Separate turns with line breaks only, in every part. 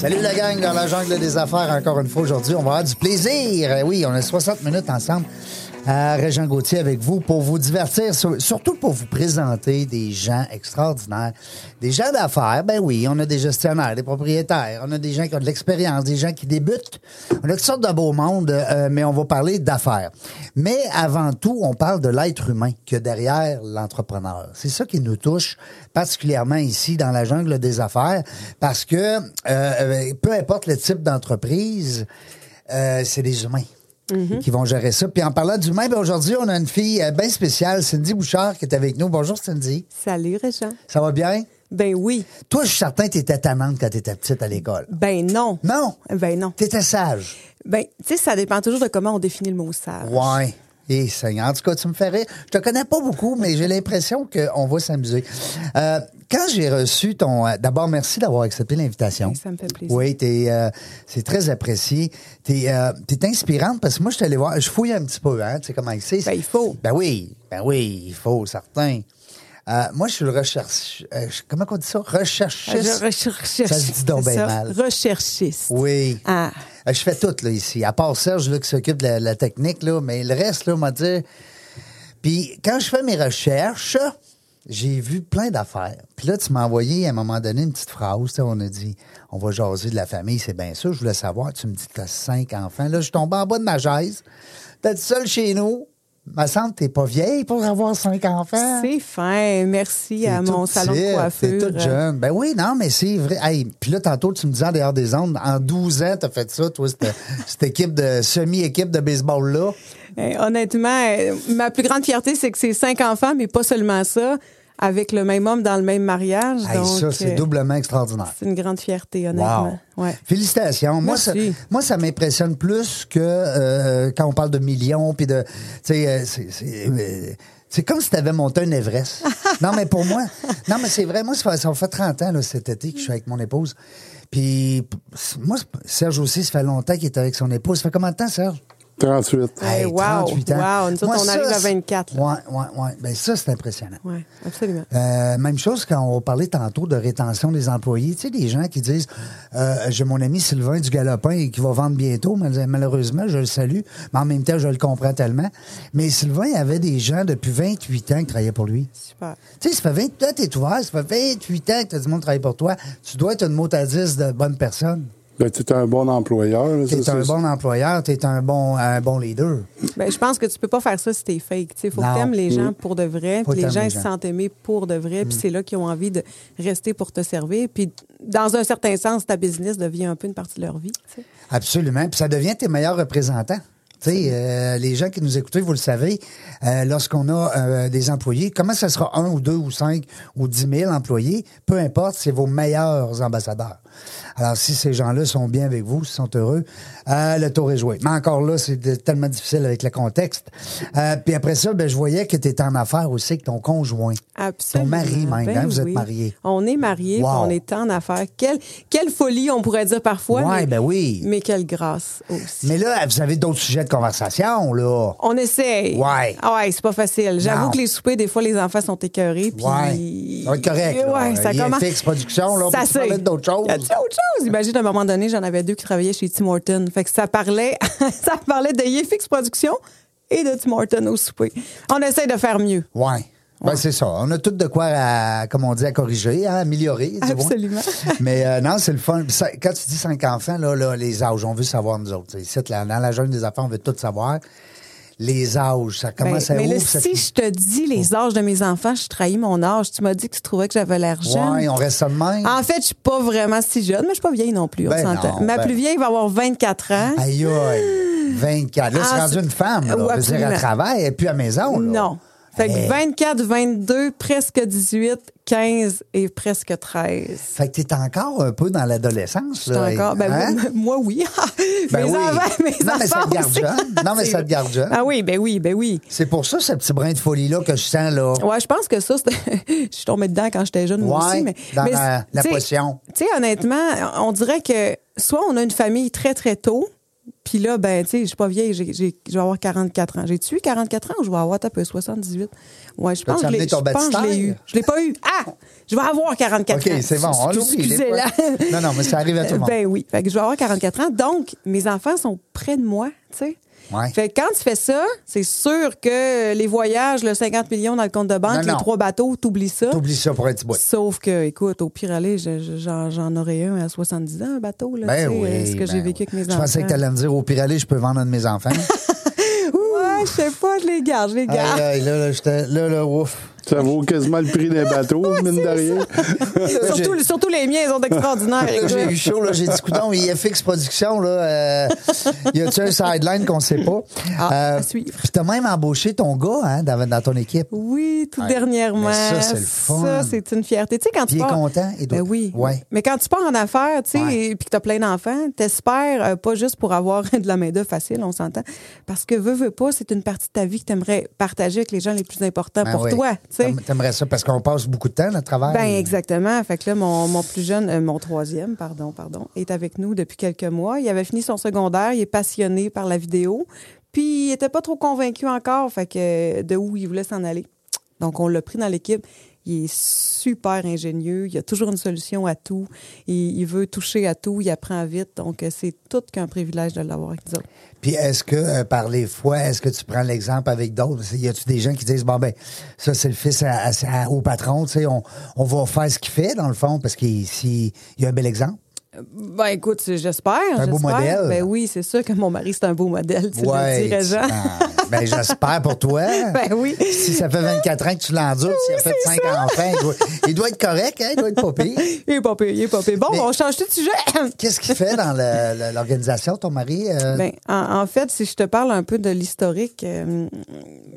Salut la gang dans la jungle des affaires encore une fois aujourd'hui. On va avoir du plaisir. Eh Oui, on a 60 minutes ensemble à Régent Gauthier avec vous pour vous divertir, sur- surtout pour vous présenter des gens extraordinaires, des gens d'affaires. Ben oui, on a des gestionnaires, des propriétaires, on a des gens qui ont de l'expérience, des gens qui débutent. On a toutes sortes de beaux mondes, euh, mais on va parler d'affaires. Mais avant tout, on parle de l'être humain que derrière l'entrepreneur. C'est ça qui nous touche particulièrement ici dans la jungle des affaires parce que euh, euh, peu importe le type d'entreprise, euh, c'est des humains. qui vont gérer ça. Puis en parlant d'humains, ben aujourd'hui, on a une fille euh, bien spéciale, Cindy Bouchard, qui est avec nous. Bonjour, Cindy.
Salut, Réjean.
Ça va bien?
Ben oui.
Toi, je suis certain que tu étais tannante quand tu étais petite à l'école.
Ben non.
Non?
Ben non.
Tu étais sage.
Ben, tu sais, ça dépend toujours de comment on définit le mot sage.
Ouais. Et Seigneur, en tout cas, tu me fais rire. Je te connais pas beaucoup, mais j'ai l'impression qu'on va s'amuser. Euh, quand j'ai reçu ton... euh, D'abord, merci d'avoir accepté l'invitation.
Ça me fait plaisir.
Oui, t'es, euh, c'est très apprécié. T'es euh, t'es inspirante parce que moi, je suis allé voir... Je fouille un petit peu, hein, tu sais comment c'est.
Ben, il faut.
Ben oui, ben oui, il faut, certain. Euh, moi, je suis le recherche... euh, je- comment on dit ça? Recherchiste.
Je recherchiste.
Ça se dit donc
C'est
bien
ça,
mal.
Recherchiste.
Oui.
Ah.
Euh, Je fais tout là, ici, à part Serge là, qui s'occupe de la, la technique, là, mais le reste, là, on va dire. Puis quand je fais mes recherches, j'ai vu plein d'affaires. Puis là, tu m'as envoyé à un moment donné une petite phrase. tu sais, On a dit On va jaser de la famille, c'est bien ça. Je voulais savoir. Tu me dis que tu as cinq enfants. Là, je suis tombé en bas de ma chaise. T'es seul chez nous. Ma semble t'es pas vieille pour avoir cinq enfants.
C'est fin. Merci à
T'es
mon
toute
salon de
petite,
coiffure. euh.
T'es toute jeune. Ben oui, non, mais c'est vrai. Hey, puis là, tantôt, tu me disais en dehors des ondes, en 12 ans, t'as fait ça, toi, cette, cette équipe de semi-équipe de baseball-là.
Eh, honnêtement, eh, ma plus grande fierté, c'est que c'est cinq enfants, mais pas seulement ça, avec le même homme dans le même mariage.
Hey,
donc,
ça, c'est
euh,
doublement extraordinaire.
C'est une grande fierté,
Wow.
honnêtement. Ouais.
Félicitations. Moi, ça,
Merci.
moi, ça m'impressionne plus que euh, quand on parle de millions, puis de. Tu sais, euh, c'est- c'est. euh, c'est comme si tu avais monté un Everest. Non, mais pour moi, non, mais c'est vrai. Moi, ça fait, ça fait 30 ans là, cet été que je suis avec mon épouse. Puis, p- moi, Serge aussi, ça fait longtemps qu'il est avec son épouse. Ça fait combien de temps, Serge?
38.
Hey, Eh, wow.
38 ans.
Wow, nous autres,
Moi,
on arrive à
c'est-
24, là.
Ouais, ouais, ouais. Ben, ça, c'est impressionnant.
Ouais, absolument.
Euh, même chose quand on parlait tantôt de rétention des employés. Tu sais, des gens qui disent euh, J'ai mon ami Sylvain du Galopin qui va vendre bientôt. Mal- Malheureusement, je le salue, mais en même temps, je le comprends tellement. Mais Sylvain avait des gens depuis 28 ans qui travaillaient pour lui.
Super.
Tu sais, ça fait 28 ans que tu ouvert, ça fait 28 ans que tu as du monde qui travaille pour toi. Tu dois être une mot à 10 de bonnes personnes.
Ben, t'es un bon employeur. là,
Tu
ça,
es un
c'est-
bon employeur, tu es un bon, un bon leader.
Ben, je pense que tu peux pas faire ça si t'es fake. Il faut
Non. Mm.
que t'aimes les gens pour de vrai.
Faut
puis les
t'aimer
gens
les
ils se
gens. Mm.
sentent aimés pour de vrai. Puis c'est là qu'ils ont envie de rester pour te servir. Puis dans un certain sens, ta business devient un peu une partie de leur vie. tu sais.
Absolument. Puis ça devient tes meilleurs représentants. Tu sais, euh, les gens qui nous écoutent, vous le savez, euh, lorsqu'on a euh, des employés, comment ça sera un ou deux ou cinq ou dix mille employés, peu importe, c'est vos meilleurs ambassadeurs. Alors, si ces gens-là sont bien avec vous, s'ils sont heureux, euh, le tour est joué. Mais encore là, c'est de- tellement difficile avec le contexte. Euh, puis après ça, ben, je voyais que tu étais en affaires aussi avec ton conjoint.
Absolument.
Ton mari même,
Ben
hein, vous êtes
oui.
mariés.
On est mariés, puis
Wow.
on est en affaires. Quelle, quelle folie, on pourrait dire parfois.
Ouais,
mais,
ben oui.
Mais quelle grâce aussi.
Mais là, vous avez d'autres sujets de conversation, là.
On essaye.
Ouais.
Ah ouais, c'est pas facile.
Non.
J'avoue que les soupers, des fois, les enfants sont écœurés. Puis...
Ouais. Ça va être correct, là.
Ouais, ça
IFX
commence.
Productions, là, on peut-tu
ça
parler
c'est-
d'autres choses?
Y a-tu autre chose? Imagine, à un moment donné, j'en avais deux qui travaillaient chez Tim Horton. Fait que ça parlait, ça parlait de IFX Productions et de Tim Horton au souper. On essaie de faire mieux.
Oui. Ben, c'est ça. On a tout de quoi, à, comme on dit, à corriger, hein, à améliorer. du moins.
Absolument.
Mais euh, non, c'est le fun. Puis ça, quand tu dis cinq enfants, là, là, les âges, on veut savoir, nous autres. Ici, là, dans la jungle des affaires, on veut tout savoir. Les âges, ça
Ben,
commence à
mais
ouvrir.
là, si je te dis
Oh.
les âges de mes enfants, je trahis mon âge. Tu m'as dit que tu trouvais que j'avais l'air jeune. Ah,
on reste ça de même.
En fait, je suis pas vraiment si jeune, mais je suis pas vieille non plus, on
Ben
s'entend.
non,
Ma
ben-
plus vieille va avoir 24 ans.
Aïe, aïe. 24. Là, c'est
Ah,
rendu
c'est-
une femme. Là,
Oui,
Je veux dire, elle
absolument.
travaille et puis à maison. là.
Non. Fait que
Hey.
24, 22, presque 18, 15 et presque 13.
Fait que t'es encore un peu dans l'adolescence.
J'étais
là,
Encore, ben,
hein?
moi- moi, oui. mes
Ben oui.
enfants, mes
Non, mais ça
enfants
te garde
aussi.
jeune. Non, mais ça te garde jeune.
Ah oui, ben oui, ben oui.
C'est pour ça, ce petit brin de folie-là que je sens, là.
Ouais, je pense que ça, c'était- je suis tombée dedans quand j'étais jeune, moi
Ouais,
aussi. Mais,
dans
mais
la- la
tu sais-
potion.
Tu sais, honnêtement, on dirait que soit on a une famille très, très tôt, puis là, ben, tu sais, je suis pas vieille, j'ai- j'ai- je vais avoir 44 ans. J'ai-tu eu 44 ans ou je vais avoir un peu 78? Ouais, je pense que je
Peux-tu
l'ai-
amener
je
ton
pense que je l'ai
baptistère?
eu. Je l'ai pas eu. Ah! Je vais avoir 44 ans.
OK, c'est bon, on l'oublie, des
Excusez-la.
fois. Non, non, mais ça arrive à tout le monde.
Ben oui. Fait que je vais avoir 44 ans. Donc, mes enfants sont près de moi, tu sais.
Ouais.
Fait que quand tu fais ça, c'est sûr que les voyages, le 50 millions dans le compte de banque,
Non, non.
les trois bateaux, t'oublies ça.
T'oublies ça pour un petit bout.
Sauf que, écoute, au pire aller, je- je- j'en j'en aurais un à 70 ans, un bateau. Là,
Ben
tu sais,
oui.
euh, ce que
ben
j'ai vécu
oui.
avec mes
Je
enfants.
pensais que t'allais me dire au pire aller, je peux vendre un de mes enfants.
Ouais, je sais pas, je les garde, je les
Aïe,
garde.
aïe, là, là, j'étais- là, là, ouf.
Ça vaut quasiment le prix des bateaux, mine de rien.
surtout,
euh, j'ai-
surtout les miens, ils sont extraordinaires.
Là,
écoute.
j'ai eu chaud, là, j'ai dit, coudon, IFX Production, là, euh, y a-tu un sideline qu'on sait pas? Euh,
Ah, à suivre.
Puis t'as même embauché ton gars, hein, dans, dans ton équipe.
Oui, tout
Ouais.
dernièrement.
Mais ça, c'est le fun.
Ça, c'est une fierté. Tu sais, quand
Puis
tu
il est
pars-
content et
Ben
d'autres-
oui.
Ouais.
Mais quand tu pars en affaires, tu sais,
Ouais.
et puis que tu as plein d'enfants, t'espères euh, pas juste pour avoir de la main-d'œuvre facile, on s'entend. Parce que veux, veux pas, c'est une partie de ta vie que tu aimerais partager avec les gens les plus importants
Ben
pour
oui.
toi. Tu sais.
T'aimes- T'aimerais ça parce qu'on passe beaucoup de temps à travers.
Ben exactement. Fait que là, mon, mon plus jeune, euh, mon troisième, pardon, pardon, est avec nous depuis quelques mois. Il avait fini son secondaire, il est passionné par la vidéo, puis il était pas trop convaincu encore, fait que euh, de où il voulait s'en aller. Donc on l'a pris dans l'équipe. Il est super ingénieux, il a toujours une solution à tout, il, il veut toucher à tout, il apprend vite, donc euh, c'est tout qu'un privilège de l'avoir avec nous autres.
Puis est-ce que euh, par les fois, est-ce que tu prends l'exemple avec d'autres? Y a-tu des gens qui disent bon ben ça c'est le fils à- à- à- au patron, tu sais, on, on va faire ce qu'il fait dans le fond parce qu'il si- il y a un bel exemple.
Ben écoute, c'est- j'espère.
un beau
j'espère.
modèle.
Ben oui, c'est sûr que mon mari, c'est un beau modèle, tu le dirais, Jean.
tu- ben, ben, j'espère pour toi.
Ben oui.
Si ça fait 24 ans que tu l'endures, s'il a fait 5 enfants, il doit, il doit être correct, hein, il doit être pas pire.
Il est pas pire, il est pas pire. Bon,
Mais-
on change tout de sujet.
Qu'est-ce qu'il fait dans le- le- l'organisation, ton mari? euh,
Ben, en, en fait, si je te parle un peu de l'historique, euh,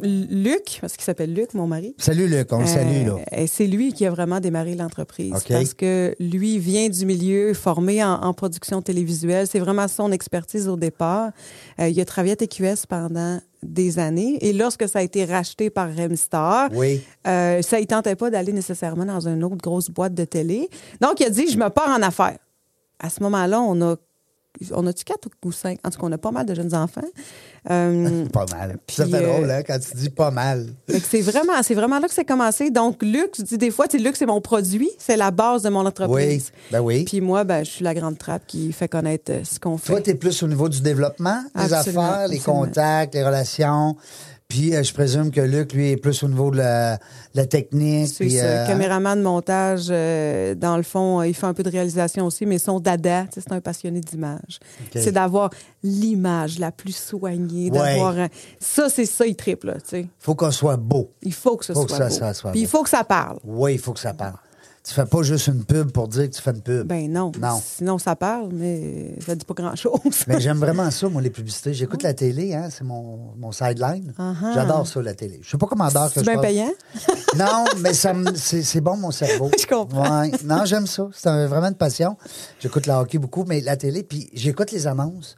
Luc, parce qu'il s'appelle Luc, mon mari.
Salut Luc, on le salue là.
euh, et c'est lui qui a vraiment démarré l'entreprise
OK.
parce que lui vient du milieu formé en, en production télévisuelle. C'est vraiment son expertise au départ. Euh, il a travaillé à TQS pendant des années et lorsque ça a été racheté par Remstar,
Oui.
euh, ça ne tentait pas d'aller nécessairement dans une autre grosse boîte de télé. Donc, il a dit, je me pars en affaires. À ce moment-là, on a... On a-tu quatre ou cinq? En tout cas, on a pas mal de jeunes enfants. Euh,
Pas mal.
Puis,
ça fait
euh,
drôle hein, quand tu dis pas mal.
fait que c'est vraiment, c'est vraiment là que c'est commencé. Donc, Luc, je dis des fois, tu sais, Luc, c'est mon produit, c'est la base de mon entreprise.
Oui, ben oui.
Puis moi, ben, je suis la grande trappe qui fait connaître euh, ce qu'on
Toi,
fait.
tu es plus au niveau du développement, des
Absolument,
affaires, les
absolument.
contacts, les relations. Puis euh, je présume que Luc, lui, est plus au niveau de la, la technique.
C'est
Puis,
ça,
euh,
caméraman de montage, euh, dans le fond, euh, il fait un peu de réalisation aussi, mais son dada, tu sais, c'est un passionné d'image.
OK.
C'est d'avoir l'image la plus soignée,
Ouais.
d'avoir... un- Ça, c'est ça, il triple, là, tu sais.
faut qu'on soit beau.
Il faut que ce
Faut que
soit
ça
beau.
soit- soit
Puis il
beau.
faut que ça parle.
Oui, il faut que ça parle. Tu fais pas juste une pub pour dire que tu fais une pub.
Ben non.
Non.
Sinon, ça parle, mais ça dit pas grand-chose.
Mais j'aime vraiment ça, moi, les publicités. J'écoute la télé, hein, c'est mon, mon sideline.
Uh-huh.
J'adore ça, la télé. Je sais pas comment d'heures que
C'est
je
bien
passe.
payant?
Non, mais ça me- c'est c'est bon, mon cerveau.
Je comprends.
Ouais. Non, j'aime ça. C'est un- vraiment une passion. J'écoute le hockey beaucoup, mais la télé, puis j'écoute les annonces.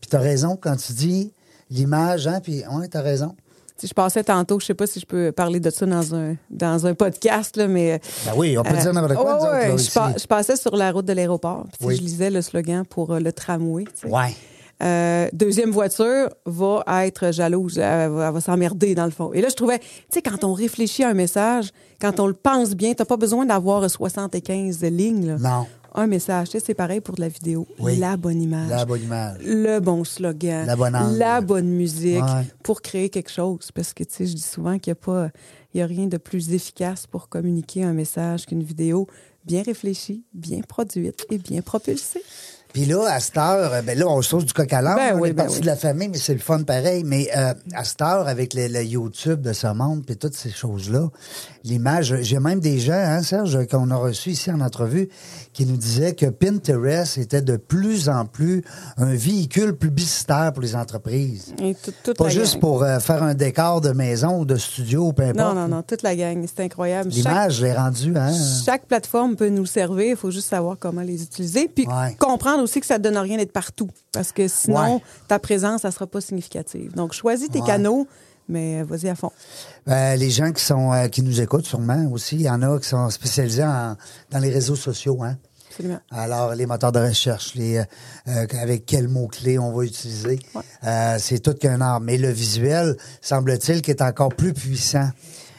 Puis t'as raison quand tu dis l'image, hein, puis ouais, t'as raison.
Tu sais, je passais tantôt, je sais pas si je peux parler de ça dans un, dans un podcast, là, mais.
Ben oui, on peut
euh,
dire n'importe quoi,
ouais,
nous autres, là,
ouais, je,
ici.
pa- je passais sur la route de l'aéroport, puis tu sais,
Oui.
je lisais le slogan pour euh, le tramway. tu sais.
Ouais.
Euh, deuxième voiture va être jalouse, elle va, elle va s'emmerder dans le fond. Et là, je trouvais, tu sais, quand on réfléchit à un message, quand on le pense bien, t'as pas besoin d'avoir 75 lignes. là.
Non.
Un message, tu sais, c'est pareil pour de la vidéo.
Oui.
La bonne image.
La bonne image.
Le bon slogan.
La bonne angle.
La bonne musique
Ouais.
pour créer quelque chose. Parce que, tu sais, je dis souvent qu'il n'y a pas, il y a rien de plus efficace pour communiquer un message qu'une vidéo bien réfléchie, bien produite et bien propulsée.
Puis là, à cette heure, euh, ben là, on sauce du coq à l'âne.
Ben
on
oui,
est
ben
parti
oui.
de la famille, mais c'est le fun pareil. Mais euh, à cette heure, avec le, le YouTube de ce monde, puis toutes ces choses-là, l'image, j'ai même des gens, hein, Serge, qu'on a reçus ici en entrevue, qui nous disaient que Pinterest était de plus en plus un véhicule publicitaire pour les entreprises.
Et tout- toute
Pas
la
juste
gang.
pour euh, faire un décor de maison ou de studio, peu importe.
Non, non, non, toute la gang. C'est incroyable. Chaque,
L'image, je l'ai rendue, hein?
chaque plateforme peut nous servir. Il faut juste savoir comment les utiliser. Puis
Ouais.
comprendre aussi que ça ne donne rien d'être partout. Parce que sinon,
Ouais.
ta présence, ça ne sera pas significative. Donc, choisis tes
Ouais.
canaux, mais euh, vas-y à fond.
Euh, les gens qui sont euh, qui nous écoutent sûrement aussi, il y en a qui sont spécialisés en- dans les réseaux sociaux. Hein?
Absolument.
Alors, les moteurs de recherche, les, euh, euh, avec quels mots-clés on va utiliser,
Ouais.
euh, c'est tout qu'un art. Mais le visuel, semble-t-il, qui est encore plus puissant,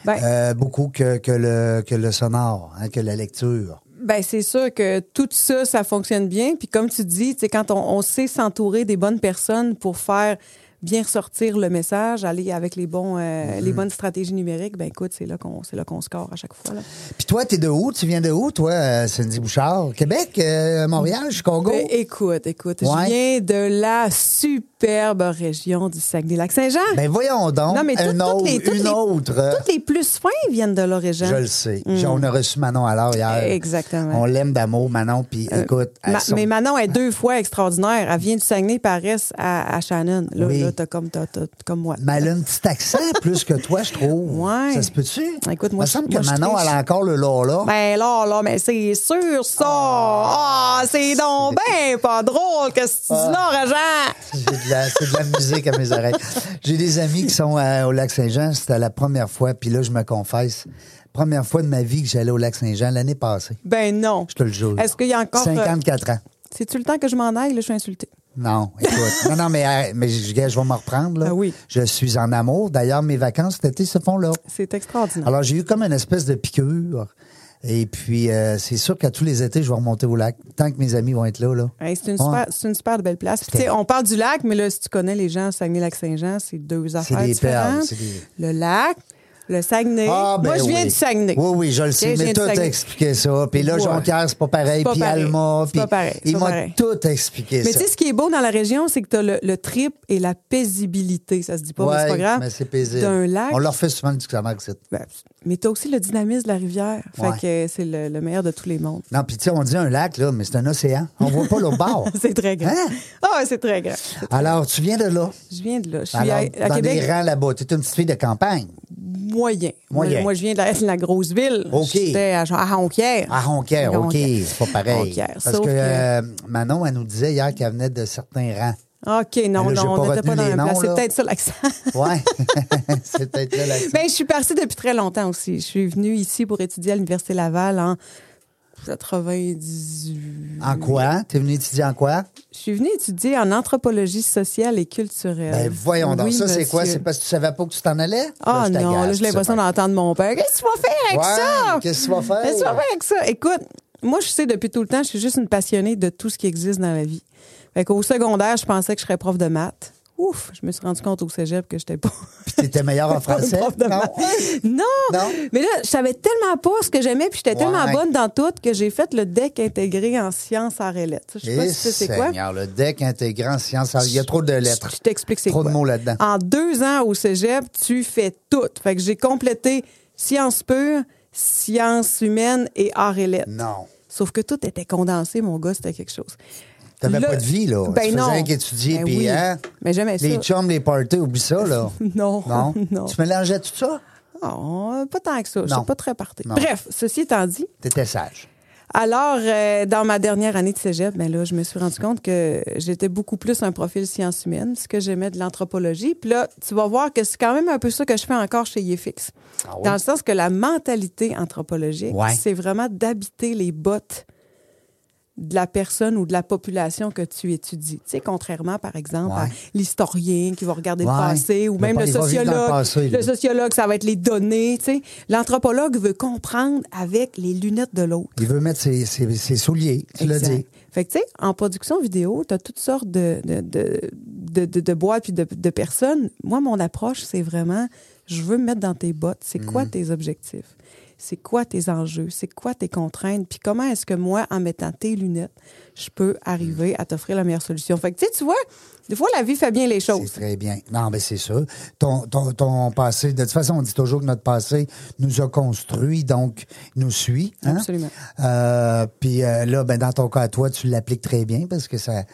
Ben-
euh, beaucoup que, que, le, que le sonore, hein, que la lecture.
Ben c'est sûr que tout ça, ça fonctionne bien. Puis comme tu dis, tu sais, quand on, on sait s'entourer des bonnes personnes pour faire bien ressortir le message, aller avec les bons, euh,
Mm-hmm.
les bonnes stratégies numériques, ben écoute, c'est là qu'on, c'est là qu'on score à chaque fois. là.
Puis toi, t'es de où? Tu viens de où, toi, euh, Cindy Bouchard? Québec, euh, Montréal, Chicago?
Ben, écoute, écoute,
Ouais.
je viens de la superbe région du Saguenay-Lac-Saint-Jean.
Ben voyons donc,
Non, mais tout-
un
toutes
autre,
les- toutes
une
les-
autre. euh,
Toutes les plus fins viennent de l'origine.
Je le sais. J'ai- On a reçu Manon alors hier.
Hein? Mm. Exactement. Euh,
On l'aime d'amour, Manon. Puis écoute, elle
Ma-
sort-
Mais Manon est deux fois extraordinaire. Elle vient du Saguenay, Paris, à, à Shannon. Là,
Oui.
là t'as comme, t'as- t'as- t'as comme moi.
mais elle a un petit accent plus que toi, je trouve.
Ouais.
Ça se peut-tu?
Écoute, moi,
Il me semble
je-
que
moi, je
Manon,
triche.
elle a encore le là-là.
Ben là, là, mais c'est sûr, ça! Ah, c'est donc ben pas drôle que ce
Ah.
tu dis là, Régent!
J'ai de la- C'est de la musique à mes oreilles. J'ai des amis qui sont euh, au Lac-Saint-Jean. C'était la première fois. Puis là, je me confesse. Première fois de ma vie que j'allais au Lac-Saint-Jean l'année passée.
Ben non.
Je te le jure.
Est-ce qu'il y a encore... euh,
54 ans.
C'est-tu le temps que je m'en aille? Là, je suis insultée.
Non, écoute. non, non, mais, euh, mais je, je vais me reprendre. Là.
Ah oui.
Je suis en amour. D'ailleurs, mes vacances cet été se font là.
C'est extraordinaire.
Alors, j'ai eu comme une espèce de piqûre. Et puis, euh, c'est sûr qu'à tous les étés, je vais remonter au lac. Tant que mes amis vont être là, là.
Hey, c'est une,
Ouais.
super, c'est une super belle place. Puis, tu sais, on parle du lac, mais là, si tu connais les gens au Saguenay-Lac-Saint-Jean, c'est deux affaires
des perles,
différentes.
c'est des-
Le lac, le Saguenay.
Ah, ben
Moi, je viens
oui.
du Saguenay.
Oui, oui, je le sais,
Ok, je
mais
viens du
tout a
Saguenay.
expliqué ça. Puis là,
Ouais.
Jonquière, c'est pas pareil.
C'est pas
Puis
pareil.
Alma,
C'est
puis
pas pareil, c'est
il
pas
m'a
pareil.
tout expliqué
Mais
ça.
tu sais, ce qui est beau dans la région, c'est que tu as le, le trip et la paisibilité. Ça se dit pas, mais c'est pas
Ouais,
grave.
mais c'est paisible.
D'un lac.
On leur fait souvent du que c'est.
Ben, mais tu as aussi le dynamisme de la rivière. Fait
Ouais.
que euh, c'est le, le meilleur de tous les mondes.
Non, puis tu sais, on dit un lac, là, mais c'est un océan. On voit pas le bord.
C'est très grand.
Hein?
Ah, ouais, c'est très grand.
Alors, tu viens de là.
Je viens de là. Je suis
Alors,
à, à
dans
Québec
les rangs là-bas. T'es une petite fille de campagne.
moyen. Moi,
Moyen.
Moi, je viens de la, de la grosse ville.
OK.
J'étais à, à Jonquière.
À Ronquière, OK.
Jonquière.
C'est pas pareil.
Jonquière,
Parce
sauf que-
que euh, Manon, elle nous disait hier qu'elle venait de certains rangs.
OK, non,
Mais Ben là, j'ai
non,
pas
on n'était
retenu
pas dans
les
la
noms,
place.
là.
C'est peut-être ça l'accent.
Ouais. c'est peut-être là l'accent.
Ben, je suis partie depuis très longtemps aussi. Je suis venue ici pour étudier à l'Université Laval en 98.
En quoi? T'es venu étudier en quoi?
Je suis venue étudier en anthropologie sociale et culturelle.
Ben voyons donc.
Euh, Oui,
ça, c'est quoi?
monsieur.
C'est parce que tu savais pas que tu t'en allais?
Ah
je
non,
t'agace,
là, j'ai l'impression
c'est pas-
d'entendre mon père. Qu'est-ce que tu vas faire avec
Ouais,
ça?
qu'est-ce que tu vas faire?
Qu'est-ce que tu vas faire avec ça? Écoute, moi, je sais depuis tout le temps, je suis juste une passionnée de tout ce qui existe dans la vie. Fait qu'au secondaire, je pensais que je serais prof de maths. Ouf, je me suis rendu compte au cégep que j'étais pas.
Puis t'étais meilleur en français?
prof de
non?
maths. Non!
Non.
Mais là, je savais tellement pas ce que j'aimais, puis j'étais tellement
Ouais.
bonne dans tout que j'ai fait le DEC intégré en sciences en lettres. Je sais pas
Eh,
si tu sais c'est quoi.
Seigneur, le deck intégrant science. Il y a trop de lettres.
Je t'explique c'est
Trop
quoi. Ah.
de mots là-dedans.
En deux ans au cégep, tu fais tout. Fait que j'ai complété sciences pures, sciences humaines et arts et lettres.
Non.
Sauf que tout était condensé, mon gars, c'était quelque chose.
T'avais
Là-
pas de vie, là.
Ben
tu
non.
faisais qu'étudier,
Ben
puis
oui.
hein?
Mais j'aimais
Les
ça.
chums, les parties, oublie ça, là.
Non,
Non?
non.
Tu mélangeais tout ça?
Non, pas tant que ça. Je
Non.
suis pas très partie.
Non.
Bref, ceci étant dit,
T'étais sage.
Alors, euh, dans ma dernière année de cégep, ben là, je me suis rendu compte que j'étais beaucoup plus un profil sciences humaines, ce que j'aimais de l'anthropologie. Puis là, tu vas voir que c'est quand même un peu ça que je fais encore chez Yefix.
Ah oui?
Dans le sens que la mentalité anthropologique,
Ouais.
c'est vraiment d'habiter les bottes de la personne ou de la population que tu étudies. Tu sais, contrairement, par exemple, à
Ouais.
l'historien qui va regarder
Ouais.
le passé ou
Il
même le
va pas- il va vivre dans le
sociologue.
passé, lui.
le sociologue, ça va être les données. tu sais. L'anthropologue veut comprendre avec les lunettes de l'autre.
Il veut mettre ses, ses- ses souliers, tu l'as
Exact.
dit.
Fait que, tu sais, en production vidéo, tu as toutes sortes de, de, de, de- de- de boîtes puis de, de
Mhm.
personnes. Moi, mon approche, c'est vraiment, je veux me mettre dans tes bottes. C'est quoi tes objectifs? c'est quoi tes enjeux, c'est quoi tes contraintes, puis comment est-ce que moi, en mettant tes lunettes, je peux
Mhm.
arriver à t'offrir la meilleure solution. Fait que, tu sais, tu vois, des fois, la vie fait bien les
C'est
choses.
très bien. Non, mais c'est sûr. Ton, ton, ton passé, de toute façon, on dit toujours que notre passé nous a construit, donc nous suit. hein?
Absolument.
Euh, puis euh, là, ben, dans ton cas à toi, tu l'appliques très bien parce que ça,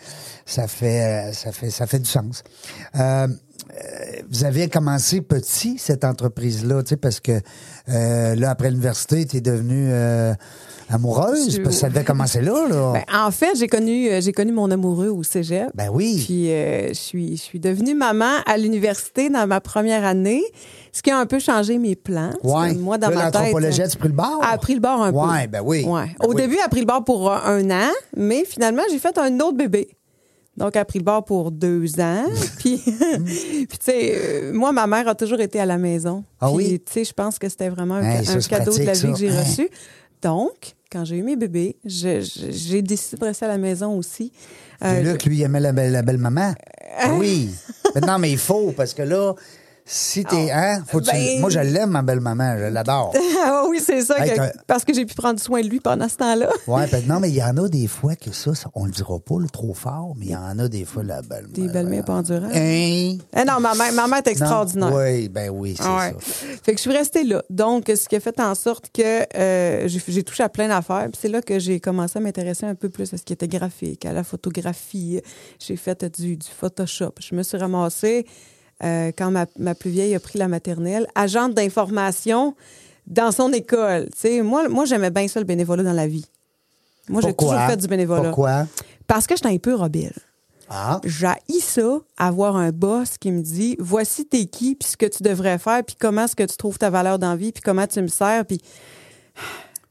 ça, fait, euh, ça, fait, ça fait du sens. Euh, euh, vous avez commencé petit, cette entreprise-là, tu sais, parce que euh, là, après l'université, tu es devenue euh, amoureuse,
Tu-
parce que ça devait commencer là, là.
Ben, en fait, j'ai connu, euh, j'ai connu mon amoureux au cégep.
Ben oui.
Puis euh, je suis, je suis devenue maman à l'université dans ma première année, ce qui a un peu changé mes plans. Parce que
Ouais.
Moi, dans
Là,
ma tête,
l'anthropologie, tu as pris le bord?
a pris le bord un peu.
Ouais, ben oui.
Ouais.
Ben
Au
oui.
début, elle a pris le bord pour euh, un an, mais finalement, j'ai fait un autre bébé. Donc, elle a pris le bord pour deux ans. Puis, puis tu sais, euh, moi, ma mère a toujours été à la maison.
Ah
Puis,
oui?
tu sais, je pense que c'était vraiment un,
Hey,
un
ça, c'est
cadeau de la vie
pratique, ça.
que j'ai
Hein.
reçu. Donc, quand j'ai eu mes bébés, je- je- j'ai décidé de rester à la maison aussi. Euh,
Puis Luc, lui, il aimait la belle, la belle maman.
Hein?
Oui. Mais non, mais il faut, parce que là, si t'es. hein, faut que tu-
Ah. ben-
Moi, je l'aime, ma belle maman. Je l'adore.
ah oui, c'est ça,
Hey,
que-
t'as-
parce que j'ai pu prendre soin de lui pendant ce temps-là.
Ouais, ben non, mais il y en a des fois que ça, ça- on le dira pas là, trop fort, mais il y en a des fois, la belle maman.
Des belles-mères pendurantes.
Hein?
Eh non, ma mère, ma mère est extraordinaire. Ah
Oui, ben oui, c'est
Ouais.
ça.
Fait que je suis restée là. Donc, ce qui a fait en sorte que euh, j'ai- j'ai touché à plein d'affaires. Puis c'est là que j'ai commencé à m'intéresser un peu plus à ce qui était graphique, à la photographie. J'ai fait du, du Photoshop. Je me suis ramassée, euh, quand ma, ma plus vieille a pris la maternelle, agente d'information dans son école. Tu sais, moi, moi j'aimais bien ça, le bénévolat dans la vie. Moi, j'ai
Pourquoi?
toujours fait du bénévolat.
Pourquoi?
Parce que j'étais un peu rebelle.
Ah,
J'haïs ça, avoir un boss qui me dit voici t'es qui, puis ce que tu devrais faire, puis comment est-ce que tu trouves ta valeur dans la vie, puis comment tu me sers, puis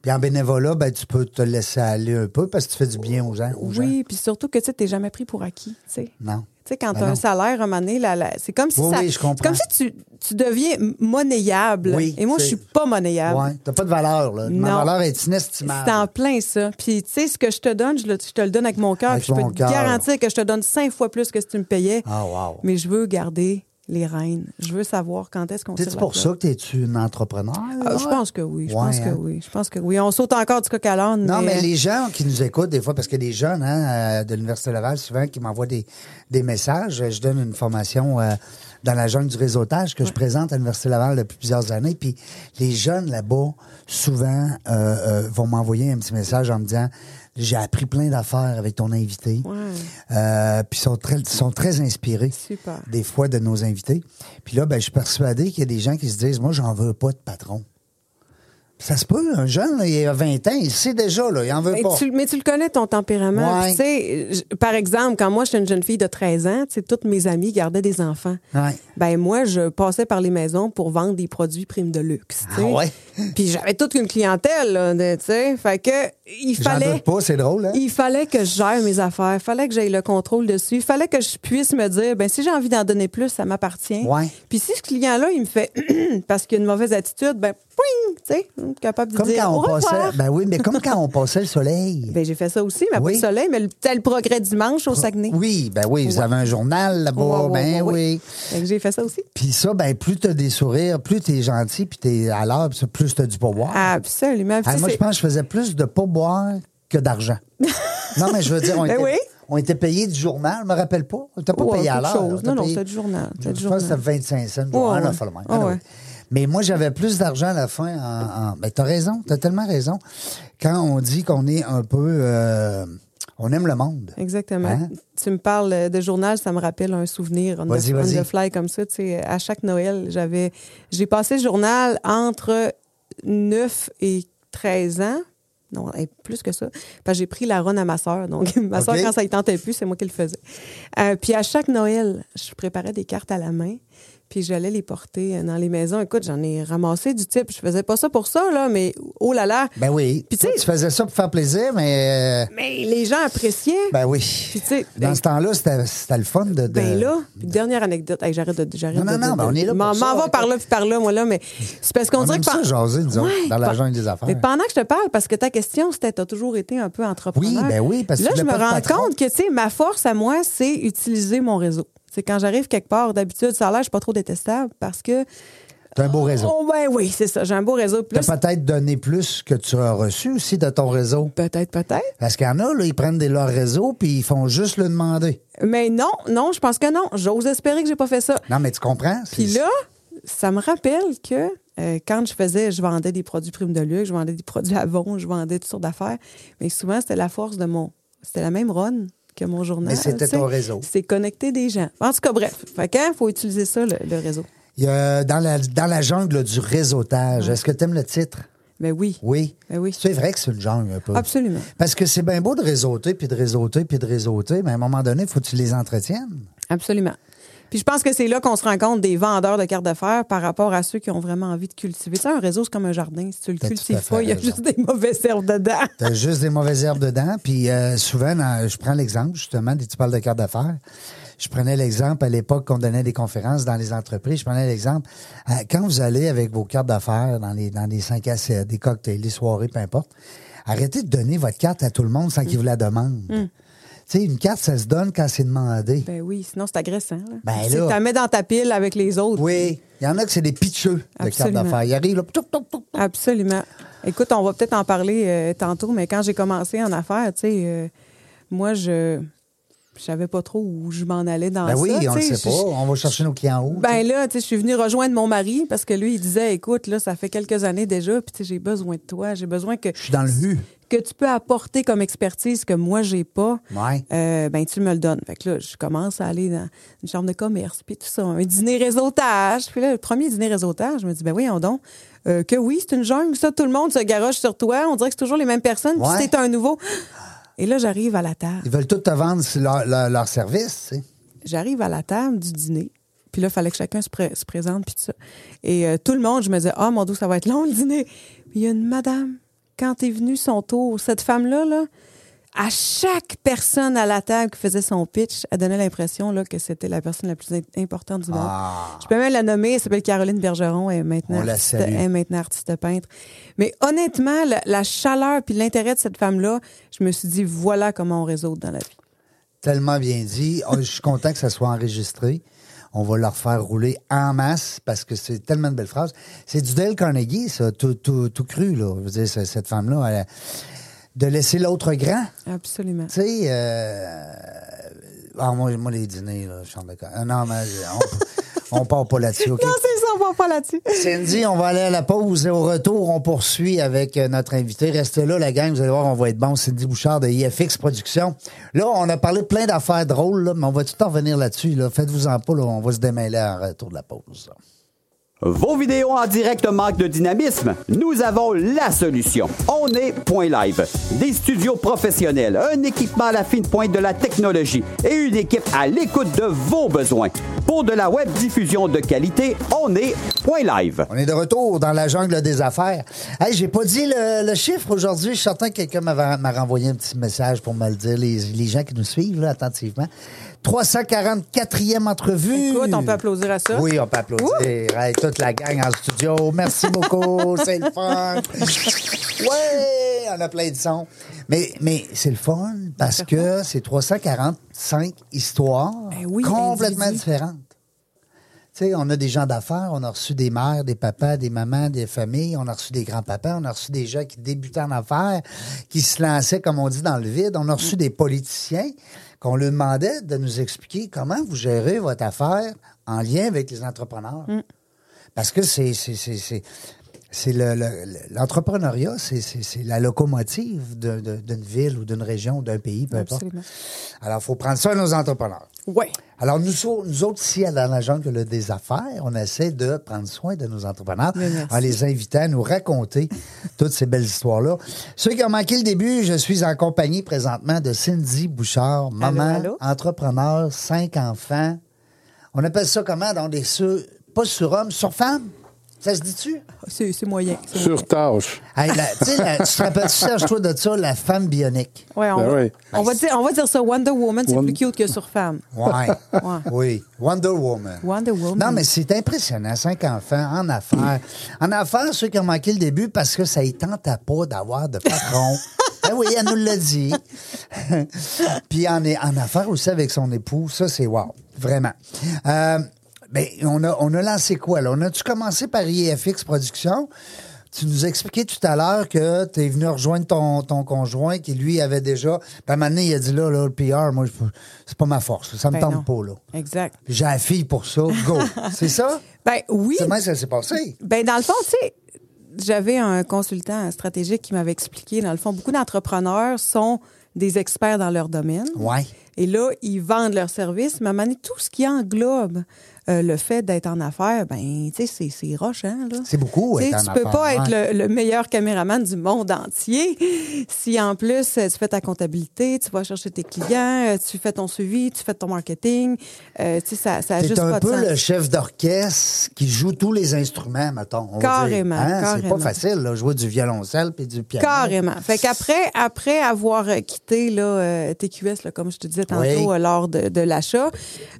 puis en bénévolat, ben, tu peux te laisser aller un peu parce que tu fais du bien aux gens. Aux gens.
oui, puis surtout que tu sais, t'es jamais pris pour acquis, tu sais.
Non.
Tu sais, quand
Ben
t'as
non.
un salaire, à un moment donné, la- la- c'est comme si
Oui,
ça-
oui, je
c'est
comprends.
comme si tu, tu deviens monnayable.
Oui,
Et moi, je
c'est-
suis pas monnayable.
Ouais, t'as pas de valeur, là. Ma
Ah. Non.
valeur est
C'est en
inestimable.
plein ça. Puis tu sais, ce que je te donne, je, le- je te le donne avec mon cœur.
Avec
puis Je peux
mon
te
cœur.
garantir que je te donne cinq fois plus que si tu me payais.
Ah, wow.
Mais je veux garder les rênes. Je veux savoir quand est-ce qu'on tire
C'est
la
pour
plug.
ça que t'es-tu une entrepreneur?
Ah, je
là?
pense que oui. Je
Ouais,
pense que
hein.
oui. Je pense que oui. On saute encore du coq à l'âne.
Non, mais
mais
les gens qui nous écoutent, des fois, parce que les jeunes hein, euh, de l'Université Laval, souvent, qui m'envoient des, des messages, Euh, je donne une formation euh, dans la jungle du réseautage que je présente à l'Université Laval depuis plusieurs années. Puis les jeunes là-bas, souvent, euh, euh, vont m'envoyer un petit message en me disant J'ai appris plein d'affaires avec ton invité.
Ouais.
Euh, puis ils sont très, ils sont très inspirés
Super.
des fois de nos invités. Puis là, ben, je suis persuadé qu'il y a des gens qui se disent Moi, j'en veux pas de patron. Ça se peut, un jeune, là, il a 20 ans, il sait déjà, là, il en veut
Mais
pas.
Ben, tu, mais tu le connais, ton tempérament. Puis,
Ouais.
tu sais, je- par exemple, quand moi, j'étais une jeune fille de 13 ans, tu sais, toutes mes amies gardaient des enfants.
Ouais.
Ben moi, je passais par les maisons pour vendre des produits primes de luxe. tu sais.
Ah ouais?
Puis j'avais toute une clientèle, là, de- tu sais. Fait que, il
J'en
fallait...
doute pas, c'est drôle, hein?
Il fallait que je gère mes affaires, il fallait que j'aie le contrôle dessus, il fallait que je puisse me dire, ben si j'ai envie d'en donner plus, ça m'appartient.
Ouais.
Puis si ce client-là, il me fait parce qu'il a une mauvaise attitude, ben poing, tu sais, capable de
Comme
dire
quand
au
on
revoir.
passait. Ben oui, mais comme quand on passait le soleil.
Ben, j'ai fait ça aussi, mais
Oui.
pas de soleil, mais le, t'as le progrès dimanche au Saguenay.
Oui, ben oui, vous avez un journal
Ouais,
là-bas,
ouais, ouais,
ben
ouais.
oui.
Fait que j'ai fait ça aussi.
Puis ça, ben plus t'as des sourires, plus t'es gentil, puis t'es à l'heure, puis ça, plus t'as du pouvoir.
Absolument. Puis
Ah,
tu sais,
moi, je
c'est-
pense que je faisais plus de pourboire que d'argent. non, mais je veux dire, on
Ben
était,
oui.
on était payé du journal, je me rappelle pas. On n'était pas
Ouais,
payé à
quelque
l'heure.
chose.
on était
Non, non,
payé-
c'était du journal, c'était du
Je pense que
journal.
c'était 25 cents.
Ouais,
Ouais,
ouais.
on a fait le même.
Ouais,
Ah, oui.
ouais.
Mais moi, j'avais plus d'argent à la fin. En, en... Ben, t'as raison, t'as tellement raison. Quand on dit qu'on est un peu. euh, on aime le monde.
Exactement.
Hein?
Tu me parles euh, de journal, ça me rappelle un souvenir on the,
Vas-y,
on
vas-y.
the fly comme ça. Tu sais, à chaque Noël, j'avais, j'ai passé le journal entre 9 et 13 ans. Non, eh, plus que ça. Parce que j'ai pris la run à ma sœur. Donc, ma sœur,
OK.
quand ça y tentait plus, c'est moi qui le faisais. Euh, puis à chaque Noël, je préparais des cartes à la main. Puis j'allais les porter euh, dans les maisons. Écoute, j'en ai ramassé du type. Je faisais pas ça pour ça, là, mais oh là là.
Ben oui.
Puis tu sais-
tu faisais ça pour faire plaisir, mais. euh,
Mais les gens appréciaient.
ben oui.
Puis tu sais,
Dans
ben-
ce temps-là, c'était c'était le fun de. de-
Ben là, puis dernière anecdote. Hey, j'arrête de. J'arrête
Non, non,
de-
non,
de-
ben on est là pour
M'en
ça.
m'en va par là, puis par là, moi, là, mais c'est parce qu'on
On
dirait
aime
que.
ça
pen-
jaser, nous autres, dans la
pen-
jungle des affaires.
Mais pendant que je te parle, parce que ta question, c'était, t'as toujours été un peu entrepreneur.
Oui, ben oui, parce que
Là,
tu
je me
voulais pas
rends
de patron.
compte que, tu sais, ma force à moi, c'est utiliser mon réseau. C'est quand j'arrive quelque part, d'habitude, ça a l'air, je suis pas trop détestable parce que.
T'as un beau réseau.
Oh, ben oui, c'est ça. J'ai un beau réseau. Puis là,
T'as peut-être donné plus que tu as reçu aussi de ton réseau.
Peut-être, peut-être.
Parce qu'il y en a, là, ils prennent des leurs réseaux puis ils font juste le demander.
Mais non, non, je pense que non. J'ose espérer que j'ai pas fait ça.
Non, mais tu comprends?
Puis
C'est-
là, ça me rappelle que euh, quand je faisais, je vendais des produits Prime de Luxe, je vendais des produits Avon, je vendais toutes sortes d'affaires. Mais souvent, c'était la force de mon. C'était la même run que mon journal.
Mais c'était
tu sais.
ton réseau.
C'est connecter des gens. En tout cas, bref. Fait quand faut utiliser ça, le, le réseau.
Il y a, dans, la, dans la jungle du réseautage, est-ce que tu aimes le titre?
Mais oui.
Oui.
Ben oui.
C'est vrai que c'est une jungle un peu.
Absolument.
Parce que c'est bien beau de réseauter, puis de réseauter, puis de réseauter, mais à un moment donné, il faut que tu les entretiennes.
Absolument. Puis je pense que c'est là qu'on se rend compte des vendeurs de cartes d'affaires par rapport à ceux qui ont vraiment envie de cultiver. Tu sais, un réseau, c'est comme un jardin. Si tu le
T'as tout à
cultives
fait
pas, il y a
raison.
juste des mauvaises herbes dedans.
T'as juste des mauvaises herbes dedans. Puis euh, souvent, dans- je prends l'exemple, justement, dès que tu parles de carte d'affaires. Je prenais l'exemple à l'époque qu'on donnait des conférences dans les entreprises. Je prenais l'exemple euh, quand vous allez avec vos cartes d'affaires dans les dans les 5 à 7, des cocktails, des soirées, peu importe. Arrêtez de donner votre carte à tout le monde sans
Mm.
qu'il vous la demande. Tu sais, une carte, ça se donne quand c'est demandé.
Ben oui, sinon c'est agressant. Là.
Ben
Tu sais,
là.
t'as mets dans ta pile avec les autres.
Oui, il y en a que c'est des pitcheux de cartes
Absolument.
d'affaires. Ils arrivent là, touc, touc, touc, touc.
Absolument. Écoute, on va peut-être en parler euh, tantôt, mais quand j'ai commencé en affaires, tu sais, euh, moi, je je savais pas trop où je m'en allais dans
Ben
Ah, ça.
oui,
tu
on le
sais,
sait
je-
pas. On va chercher nos clients où?
Ben là, tu sais, je suis venue rejoindre mon mari parce que lui, il disait, écoute, là, ça fait quelques années déjà, puis tu sais, j'ai besoin de toi, j'ai besoin que
je suis dans le hu.
que tu peux apporter comme expertise que moi j'ai pas,
Ouais.
euh, ben tu me le donnes. Fait que là, je commence à aller dans une chambre de commerce, puis tout ça, un dîner réseautage. Puis là, le premier dîner réseautage, je me dis, ben oui, on donc, euh, que oui, c'est une jungle, ça, tout le monde se garoche sur toi, on dirait que c'est toujours les mêmes personnes, puis
Ouais.
c'est un nouveau. Et là, j'arrive à la table.
Ils veulent tout te vendre c'est leur, leur, leur service. tu sais.
J'arrive à la table du dîner. Puis là, il fallait que chacun se, pré- se présente, puis tout ça. Et euh, tout le monde, je me disais, ah, mon Dieu, ça va être long le dîner. Puis il y a une madame, quand est venu son tour, cette femme-là, là, à chaque personne à la table qui faisait son pitch, elle donnait l'impression là, que c'était la personne la plus im- importante du monde.
Ah.
Je peux même la nommer, elle s'appelle Caroline Bergeron, elle est maintenant,
On la
artiste,
salue.
elle est maintenant artiste peintre. Mais honnêtement, la, la chaleur puis l'intérêt de cette femme-là, je me suis dit, voilà comment on résout dans la vie.
Tellement bien dit. Oh, je suis content que ça soit enregistré. On va leur faire rouler en masse parce que c'est tellement de belles phrases. C'est du Dale Carnegie, ça, tout, tout, tout cru, là. Je veux dire, c'est- cette femme-là, elle a- de laisser l'autre grand.
Absolument.
Tu sais, euh, ah, moi, moi, les dîners, là, je suis en d'accord. Ah, Non, mais on, on part pas là-dessus, OK?
Non, c'est ça, on va pas là-dessus.
Cindy, on va aller à la pause et au retour, on poursuit avec euh, notre invité. Restez là, la gang, vous allez voir, on va être bon. Cindy Bouchard de IFX Productions. Là, on a parlé de plein d'affaires drôles, là, mais on va tout en revenir là-dessus. là. Faites-vous en pas, là, on va se démêler en retour de la pause.
Vos vidéos en direct manquent de dynamisme? Nous avons la solution. On est Point Live. Des studios professionnels, un équipement à la fine pointe de la technologie et une équipe à l'écoute de vos besoins. Pour de la web diffusion de qualité, on est Point Live.
On est de retour dans la jungle des affaires. Hey, j'ai pas dit le, le chiffre aujourd'hui. Je suis certain que quelqu'un m'avait- m'a renvoyé un petit message pour me le dire, les, les gens qui nous suivent là, attentivement. 344e entrevue.
Écoute, on peut applaudir à ça.
Oui, on peut applaudir. Hey, toute la gang en studio. Merci beaucoup. c'est le fun. Ouais, on a plein de sons. Mais, mais c'est le fun parce que c'est 345 histoires
Ben oui,
Ah, complètement
individu.
différentes. Tu sais, on a des gens d'affaires, on a reçu des mères, des papas, des mamans, des familles, on a reçu des grands-papas, on a reçu des gens qui débutaient en affaires, qui se lançaient, comme on dit, dans le vide. On a reçu des politiciens qu'on leur demandait de nous expliquer comment vous gérez votre affaire en lien avec les entrepreneurs.
Mm.
Parce que c'est c'est- c'est- c'est- c'est le- le- le- l'entrepreneuriat, c'est- c'est c'est la locomotive de- de- d'une ville ou d'une région, d'un pays, peu importe.
Absolument.
Alors, il faut prendre ça à nos entrepreneurs.
Ouais.
Alors, nous, au- nous autres, ici, à la Jungle des Affaires, on essaie de prendre soin de nos entrepreneurs
Mais merci.
en les invitant à nous raconter toutes ces belles histoires-là. Ceux qui ont manqué le début, je suis en compagnie présentement de Cindy Bouchard, maman,
allô?
entrepreneur, cinq enfants. On appelle ça comment? Dans des sur, pas surhommes, sur-femmes? Ça se dit-tu?
C'est c'est moyen. c'est moyen.
Sur tâche.
Hey, la- tu sais, la- tu te rappelles-tu, Serge, toi, de ça, la femme bionique?
Ouais, on,
Ben
va,
ouais.
on, va dire, on va dire ça. Wonder Woman, c'est
Wonder-
plus cute que sur femme.
Ouais.
Ouais.
Oui. Wonder Woman.
Wonder Woman.
Non, mais c'est impressionnant. Cinq enfants en affaires. En affaires, ceux qui ont manqué le début parce que ça ne tente à pas d'avoir de patron. Ben oui, elle nous l'a dit. Puis en, en affaires aussi avec son époux, ça, c'est wow. Vraiment. Euh, ben, on a, on a lancé quoi, là? On a-tu commencé par IFX Productions? Tu nous expliquais tout à l'heure que tu es venu rejoindre ton, ton conjoint qui, lui, avait déjà. Ben, maintenant, il a dit là, là, le PR, moi, je peux- c'est pas ma force. Ça me
Ben
tente
non.
pas, là.
Exact.
J'ai la fille pour ça, go. c'est ça?
Ben oui.
C'est même ça s'est passé.
Ben dans le fond, tu sais, j'avais un consultant stratégique qui m'avait expliqué, dans le fond, beaucoup d'entrepreneurs sont des experts dans leur domaine.
Ouais.
Et là, ils vendent leurs services, mais à un moment donné, tout ce qui englobe euh, le fait d'être en affaires, ben, tu sais, c'est- c'est rochant, là.
C'est beaucoup,
Tu sais,
être en
Tu peux
affaires,
pas
ouais.
être le, le meilleur caméraman du monde entier si, en plus, euh, tu fais ta comptabilité, tu vas chercher tes clients, euh, tu fais ton suivi, tu fais ton marketing. Euh, tu sais, ça, ça a
T'es
juste
un
pas de
peu
sens.
le chef d'orchestre qui joue tous les instruments, mettons. on va dire.
Carrément,
Hein? C'est pas
carrément.
facile, là, jouer du violoncelle puis du piano.
Carrément. Fait qu'après après avoir euh, quitté là, euh, TQS, là, comme je te disais tantôt,
Oui.
euh, lors de, de l'achat,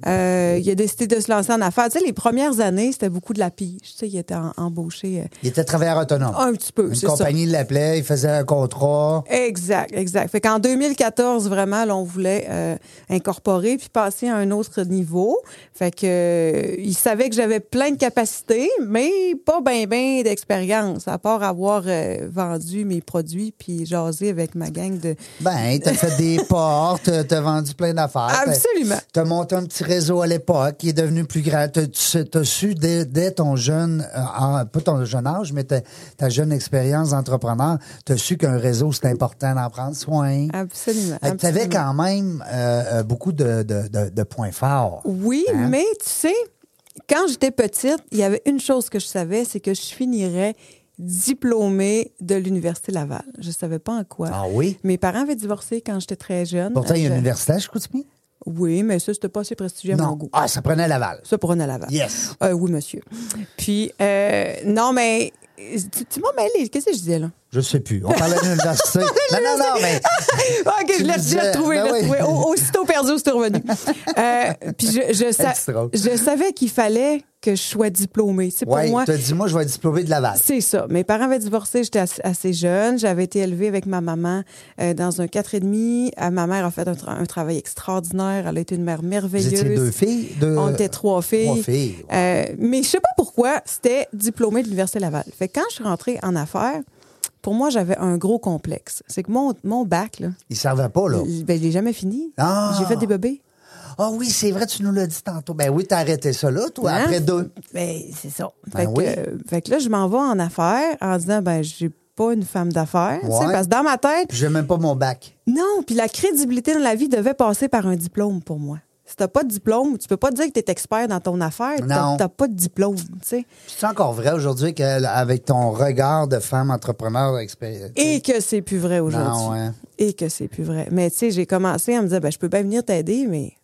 euh, il a décidé de se lancer en affaires. Tu sais, les premières années, c'était beaucoup de la pige. Tu sais, il était en- embauché euh,
Il était travailleur autonome.
un petit peu,
Une
Ah, c'est ça.
compagnie l'appelait, il faisait un contrat.
Exact, exact. Fait qu'en 2014, vraiment, là, on voulait euh, incorporer puis passer à un autre niveau. Fait que euh, il savait que j'avais plein de capacités, mais pas ben ben d'expérience, à part avoir euh, vendu mes produits puis jasé avec ma gang de...
Ben, t'as fait des portes, t'as vendu plein
Ah,
d'affaires. Ben, t'as-
Absolument.
T'as monté un petit réseau à l'époque qui est devenu plus grand. T'as- Tu sais, t'as su dès, dès ton jeune, euh, en- pas ton jeune âge, mais ta, ta jeune expérience d'entrepreneur, t'as su qu'un réseau, c'est important d'en prendre soin.
Absolument.
Fait que T'avais
Ah, absolument.
quand même euh, euh, beaucoup de, de- de- de points forts.
Oui,
hein?
mais tu sais, quand j'étais petite, il y avait une chose que je savais, c'est que je finirais diplômée de l'Université Laval. Je savais pas en quoi.
Ah oui?
Mes parents avaient divorcé quand j'étais très jeune. Euh,
Pourtant, il y a
Je-
une université à Chicoutimi?
Oui, mais ça, c'était pas assez prestigieux à mon
Non.
goût.
Ah, ça prenait Laval.
Ça pour un à Laval.
Yes.
Euh, oui, monsieur. Puis, euh, non, mais. Tu, tu m'as mêlé. Qu'est-ce que je disais, là?
Je sais plus. On parlait d'une université. non, non, non, mais
Ah, OK,
Tu
je l'ai
le disais.
je l'ai retrouvé.
Ben
je l'ai
oui.
retrouvé. Au- aussitôt perdu, aussitôt revenu. Euh, puis je, je, sa-
C'est drôle.
je savais qu'il fallait que je sois diplômée. C'est pour
ouais,
moi.
t'as dit, moi, je vais être diplômé de Laval.
C'est ça. Mes parents avaient divorcé, j'étais assez, assez jeune. J'avais été élevée avec ma maman euh, dans un 4,5. Euh, ma mère a fait un, tra- un travail extraordinaire. Elle a été une mère
Vous
merveilleuse.
étiez deux filles? Deux...
On était trois filles.
Trois filles.
Euh, mais je sais pas pourquoi, c'était diplômée de l'Université Laval. Fait que quand je suis rentrée en affaires, pour moi, j'avais un gros complexe. C'est que mon, mon bac, là,
Ils ne servaient pas, là.
l- ben, je l'ai jamais fini.
Oh. Ah!
J'ai fait des bébés.
Ah oui, c'est vrai, tu nous l'as dit tantôt. Ben oui, t'as arrêté ça là, toi,
Hein?
après deux.
Ben, c'est ça.
Ben
fait,
oui.
que, euh, fait que là, je m'en vais en affaires en disant, ben, j'ai pas une femme d'affaires. Tu sais,
Ouais.
Parce que dans ma tête,
Puis j'ai même pas mon bac.
non, puis la crédibilité dans la vie devait passer par un diplôme pour moi. Si t'as pas de diplôme, tu peux pas dire que t'es expert dans ton affaire.
Non.
T'as t'as pas de diplôme, tu sais.
Puis C'est encore vrai aujourd'hui qu'avec ton regard de femme entrepreneur expé-
Et que c'est plus vrai aujourd'hui.
Non, ouais.
Et que c'est plus vrai. Mais tu sais, j'ai commencé à me dire, ben, je peux bien venir t'aider, mais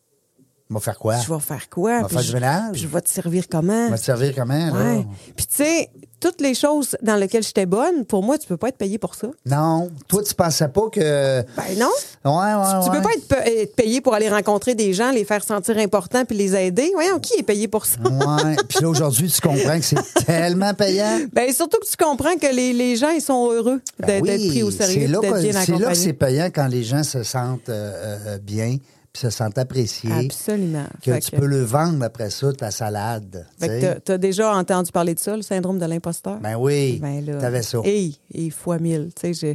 On va faire quoi?
je vais faire quoi?
Ah. Va
Puis
faire
je-
du ménage?
puis Je vais te servir comment?
On va te servir comment, là?
Ouais. Puis tu sais, toutes les choses dans lesquelles j'étais bonne, pour moi, tu peux pas être payé pour ça.
Non. Toi, tu pensais pas que.
Ben non.
Ouais, ouais,
Tu
ouais.
peux pas être, pa- être payé pour aller rencontrer des gens, les faire sentir importants puis les aider. Voyons, qui est payé pour ça?
Ouais. Puis là, aujourd'hui, tu comprends que c'est tellement payant.
Ben surtout que tu comprends que les, les gens, ils sont heureux
Ben
d'être
oui,
d'être pris au
c'est
sérieux,
là
d'être
que-
bien
C'est là que c'est
accompagnés.
payant quand les gens se sentent euh, euh, bien puis se sentent appréciés.
Absolument.
Que
Fait
tu
que-
peux le vendre après ça, ta salade.
Fait que
tu sais.
t'as- t'as déjà entendu parler de ça, le syndrome de l'imposteur?
Ben oui,
Ben là.
t'avais ça.
Hey, hey, fois mille. Tu sais,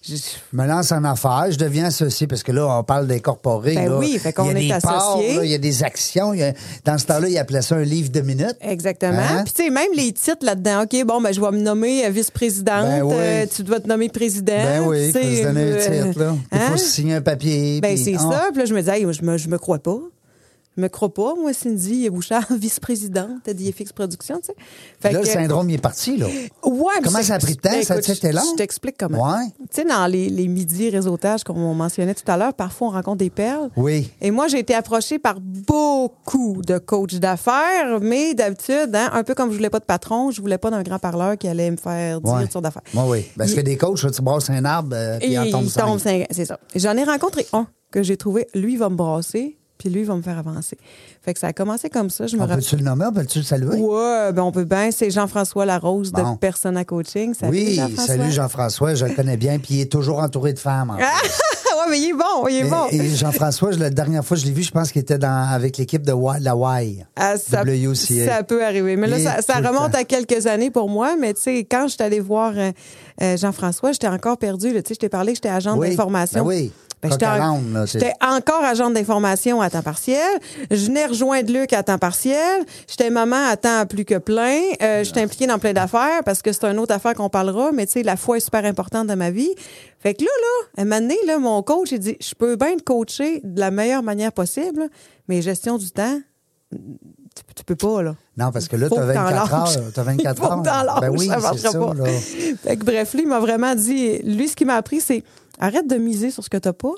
je- je-
Je me lance en affaires, je deviens associé, parce que là, on parle d'incorporer.
Ben
là.
oui, fait qu'on
Il y a
est
des parts,
associé.
là, il y a des actions. il y a- Dans ce temps-là, il appelait ça un livre de minutes.
Exactement.
Hein?
Puis, tu sais, même les titres là-dedans. OK, bon, ben, je vais me nommer euh, vice-présidente.
Ben oui.
euh, tu dois te nommer président.
Ben oui, il
tu
faut
sais,
se donner un
euh,
titre. Là. Il
hein?
faut se signer un papier.
Ben,
puis-
c'est
oh.
ça. Puis là, je me disais, Hey, je, me, je me crois pas. Je me crois pas, moi, Cindy Bouchard, vice-présidente d'IFX Productions, tu sais. Fait
Là, le
que-
syndrome, il est parti, là.
Ouais, puis
Comment
je-
ça a pris de temps,
Ben,
ça,
écoute,
tu sais, t'es
je-
long?
Je t'explique comment.
Ouais.
Tu sais, dans les, les midis réseautages, comme on mentionnait tout à l'heure, parfois on rencontre des perles.
Oui.
Et moi, j'ai été approchée par beaucoup de coachs d'affaires, mais d'habitude, hein, un peu comme je voulais pas de patron, je voulais pas d'un grand parleur qui allait me faire dire
Ouais.
sur d'affaires.
Ouais, Ben, oui. Parce
Il-
que des coachs, tu brasses un arbre, euh, puis
et
il en tombe
il tombe
cinq.
cinq. C'est ça. J'en ai rencontré un que j'ai trouvé, lui va me brasser, puis lui va me faire avancer. Fait que ça a commencé comme ça. Je me
On
rappelle.
peut-tu le nommer? On peut-tu le saluer?
Ouais, ben on peut bien. C'est Jean-François Larose
Bon.
de Persona Coaching. Salut,
oui,
Jean-François.
salut Jean-François, je le connais bien, puis il est toujours entouré de femmes. en fait.
Ah, ouais, mais il est bon, il est
Et,
bon.
et Jean-François, je- la dernière fois que je l'ai vu, je pense qu'il était dans, avec l'équipe de Wa- la Y.
Ah, ça,
WUCA.
ça peut arriver. Mais là,
Et
ça, ça
tout le
remonte
temps.
à quelques années pour moi. Mais tu sais, quand je suis allée voir euh, euh, Jean-François, j'étais encore perdue. là. Tu sais, je t'ai parlé que j'étais agent
Oui,
d'information.
ben oui. Coq
j'étais
à
en-
l'âne, là, c'est-
j'étais encore agent d'information à temps partiel. Je venais rejoindre Luc à temps partiel. J'étais maman à temps plus que plein. Euh, j'étais impliquée dans plein d'affaires parce que c'est une autre affaire qu'on parlera. Mais tu sais, la foi est super importante dans ma vie. Fait que là, là, à un moment donné, là, mon coach, il dit, je peux bien te coacher de la meilleure manière possible, mais gestion du temps, tu, tu peux pas, là.
Non, parce que là,
Faut
t'as
que t'en
24
lâches.
heures. T'as 24
Faut que
heures.
t'en lâches,
Ben oui,
ça
c'est
marchera
ça,
pas.
là.
Fait que bref, lui, il m'a vraiment dit, lui, ce qu'il m'a appris, c'est arrête de miser sur ce que t'as pas.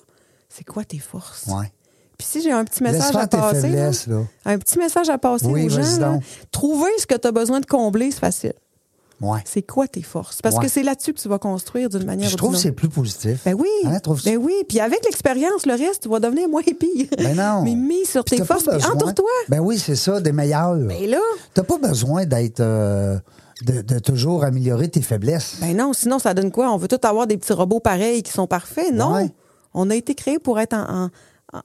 C'est quoi tes forces?
Ouais.
Puis si j'ai un petit
Laisse
message
faire
à
tes
passer, là,
faiblesses, là.
un petit message à passer
Oui,
aux gens,
vas-y
là,
donc.
trouver ce que tu as besoin de combler, c'est facile.
Ouais.
C'est quoi tes forces? Parce
Ouais.
que c'est là-dessus que tu vas construire d'une manière
Je
ou d'une
trouve que
autre.
c'est plus positif.
Ben oui.
Hein, trouves-tu?
ben oui. Puis avec l'expérience, le reste, tu vas devenir moins pire.
Ben non.
Mais mis sur
Puis
tes
t'as pas
forces, puis
besoin-
entoure-toi.
Ben oui, c'est ça, des meilleurs.
Ben là.
T'as pas besoin d'être. euh, de, de toujours améliorer tes faiblesses.
Ben non, sinon, ça donne quoi? On veut tous avoir des petits robots pareils qui sont parfaits. Non.
Ben Ouais.
On a été créés pour être en, en-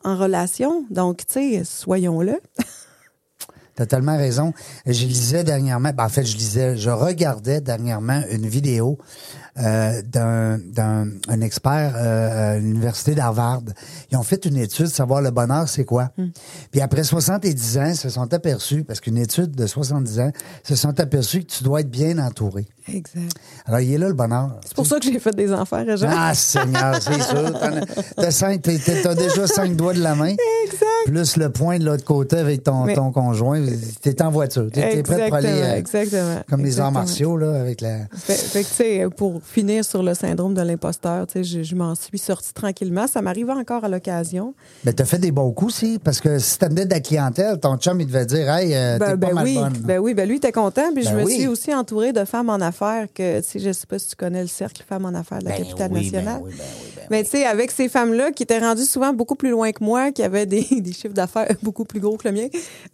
en relation. Donc, tu sais, soyons-le.
T'as tellement raison. Je lisais dernièrement, ben, en fait, je lisais, je regardais dernièrement une vidéo euh, d'un d'un un expert euh, à l'université d'Harvard. Ils ont fait une étude, savoir le bonheur, c'est quoi. Puis après 70 ans, ils se sont aperçus, parce qu'une étude de 70 ans, ils se sont aperçus que tu dois être bien entouré.
Exact.
Alors, il est là le bonheur.
C'est pour ça que j'ai fait des enfants, Réjean.
Ah, Seigneur, c'est sûr. T'en as- T'as cinq- t'es- t'es- t'as déjà cinq doigts de la main.
Exact.
Plus le point de l'autre côté avec ton,
Mais-
ton conjoint. T'es en voiture. T'es t'es prêt pour aller.
Exactement,
euh,
exactement.
Comme les arts
Exactement.
martiaux, là, avec la.
Fait, fait que, tu sais, pour finir sur le syndrome de l'imposteur, tu sais, je, je m'en suis sortie tranquillement. Ça m'arrive encore à l'occasion.
Mais t'as fait des bons coups, si. Parce que si t'amenais de la clientèle, ton chum, il devait dire, hey, euh, t'es
Ben,
pas
ben
mal
oui,
bonne.
ben oui, ben lui était content. Puis je
Ben
me
oui.
suis aussi entourée de femmes en affaires que, tu sais, je sais pas si tu connais le cercle femmes en affaires de
Ben
la capitale nationale. Mais tu sais, avec ces femmes-là qui étaient rendues souvent beaucoup plus loin que moi, qui avaient des, des chiffres d'affaires beaucoup plus gros que le mien,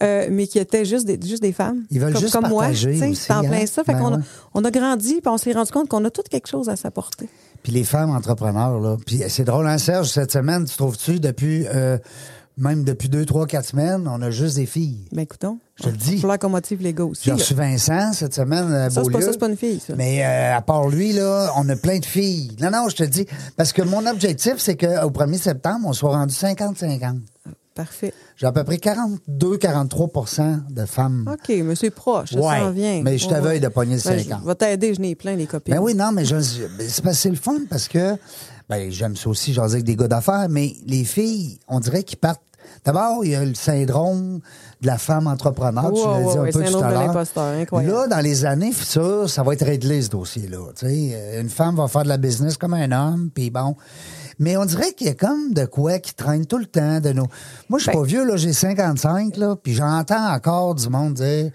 euh, mais qui étaient juste des, juste des femmes.
Ils veulent
comme,
juste
comme moi.
partager
tu sais,
aussi,
c'est en plein
hein.
ça. Fait
Ben
qu'on a-
ouais.
on a grandi, puis on s'est rendu compte qu'on a tout quelque chose à s'apporter.
Puis les femmes entrepreneurs, là. Puis c'est drôle, hein, Serge, cette semaine, tu trouves-tu, depuis. euh, même depuis deux, trois, quatre semaines, on a juste des filles.
Ben écoutons,
Je te le dis.
Il va falloir qu'on motive les gars aussi.
J'ai
là.
reçu Vincent cette semaine à
Ça, c'est pas,
Beaulieu.
ça, c'est pas une fille, ça.
Mais euh, à part lui, là, on a plein de filles. Non, non, je te dis. Parce que mon objectif, c'est qu'au 1er septembre, on soit rendu 50-50.
Parfait.
J'ai à peu près 42-43 de femmes.
OK, mais c'est proche, ça
Ouais,
s'en vient.
mais je
Ouais,
t'avais
ouais.
de pogner le
Ben,
50.
Je vais t'aider, je n'ai plein, les copines.
Ben oui, non, mais je- je- ben, c'est parce que c'est le fun parce que ben, j'aime ça aussi, j'en avec des gars d'affaires, mais les filles, on dirait qu'ils partent. D'abord, il y a le syndrome de la femme entrepreneur, tu
Ouais,
l'as
ouais,
dit un
ouais,
peu tout
syndrome
à
de
l'heure.
l'imposteur, incroyable.
Là, dans les années futures, ça va être réglé ce dossier-là. tu sais. Euh, Une femme va faire de la business comme un homme, puis bon. Mais on dirait qu'il y a comme de quoi qui traîne tout le temps de nos. Moi, je suis
Ben.
pas vieux, là, j'ai 55, là, puis j'entends encore du monde dire.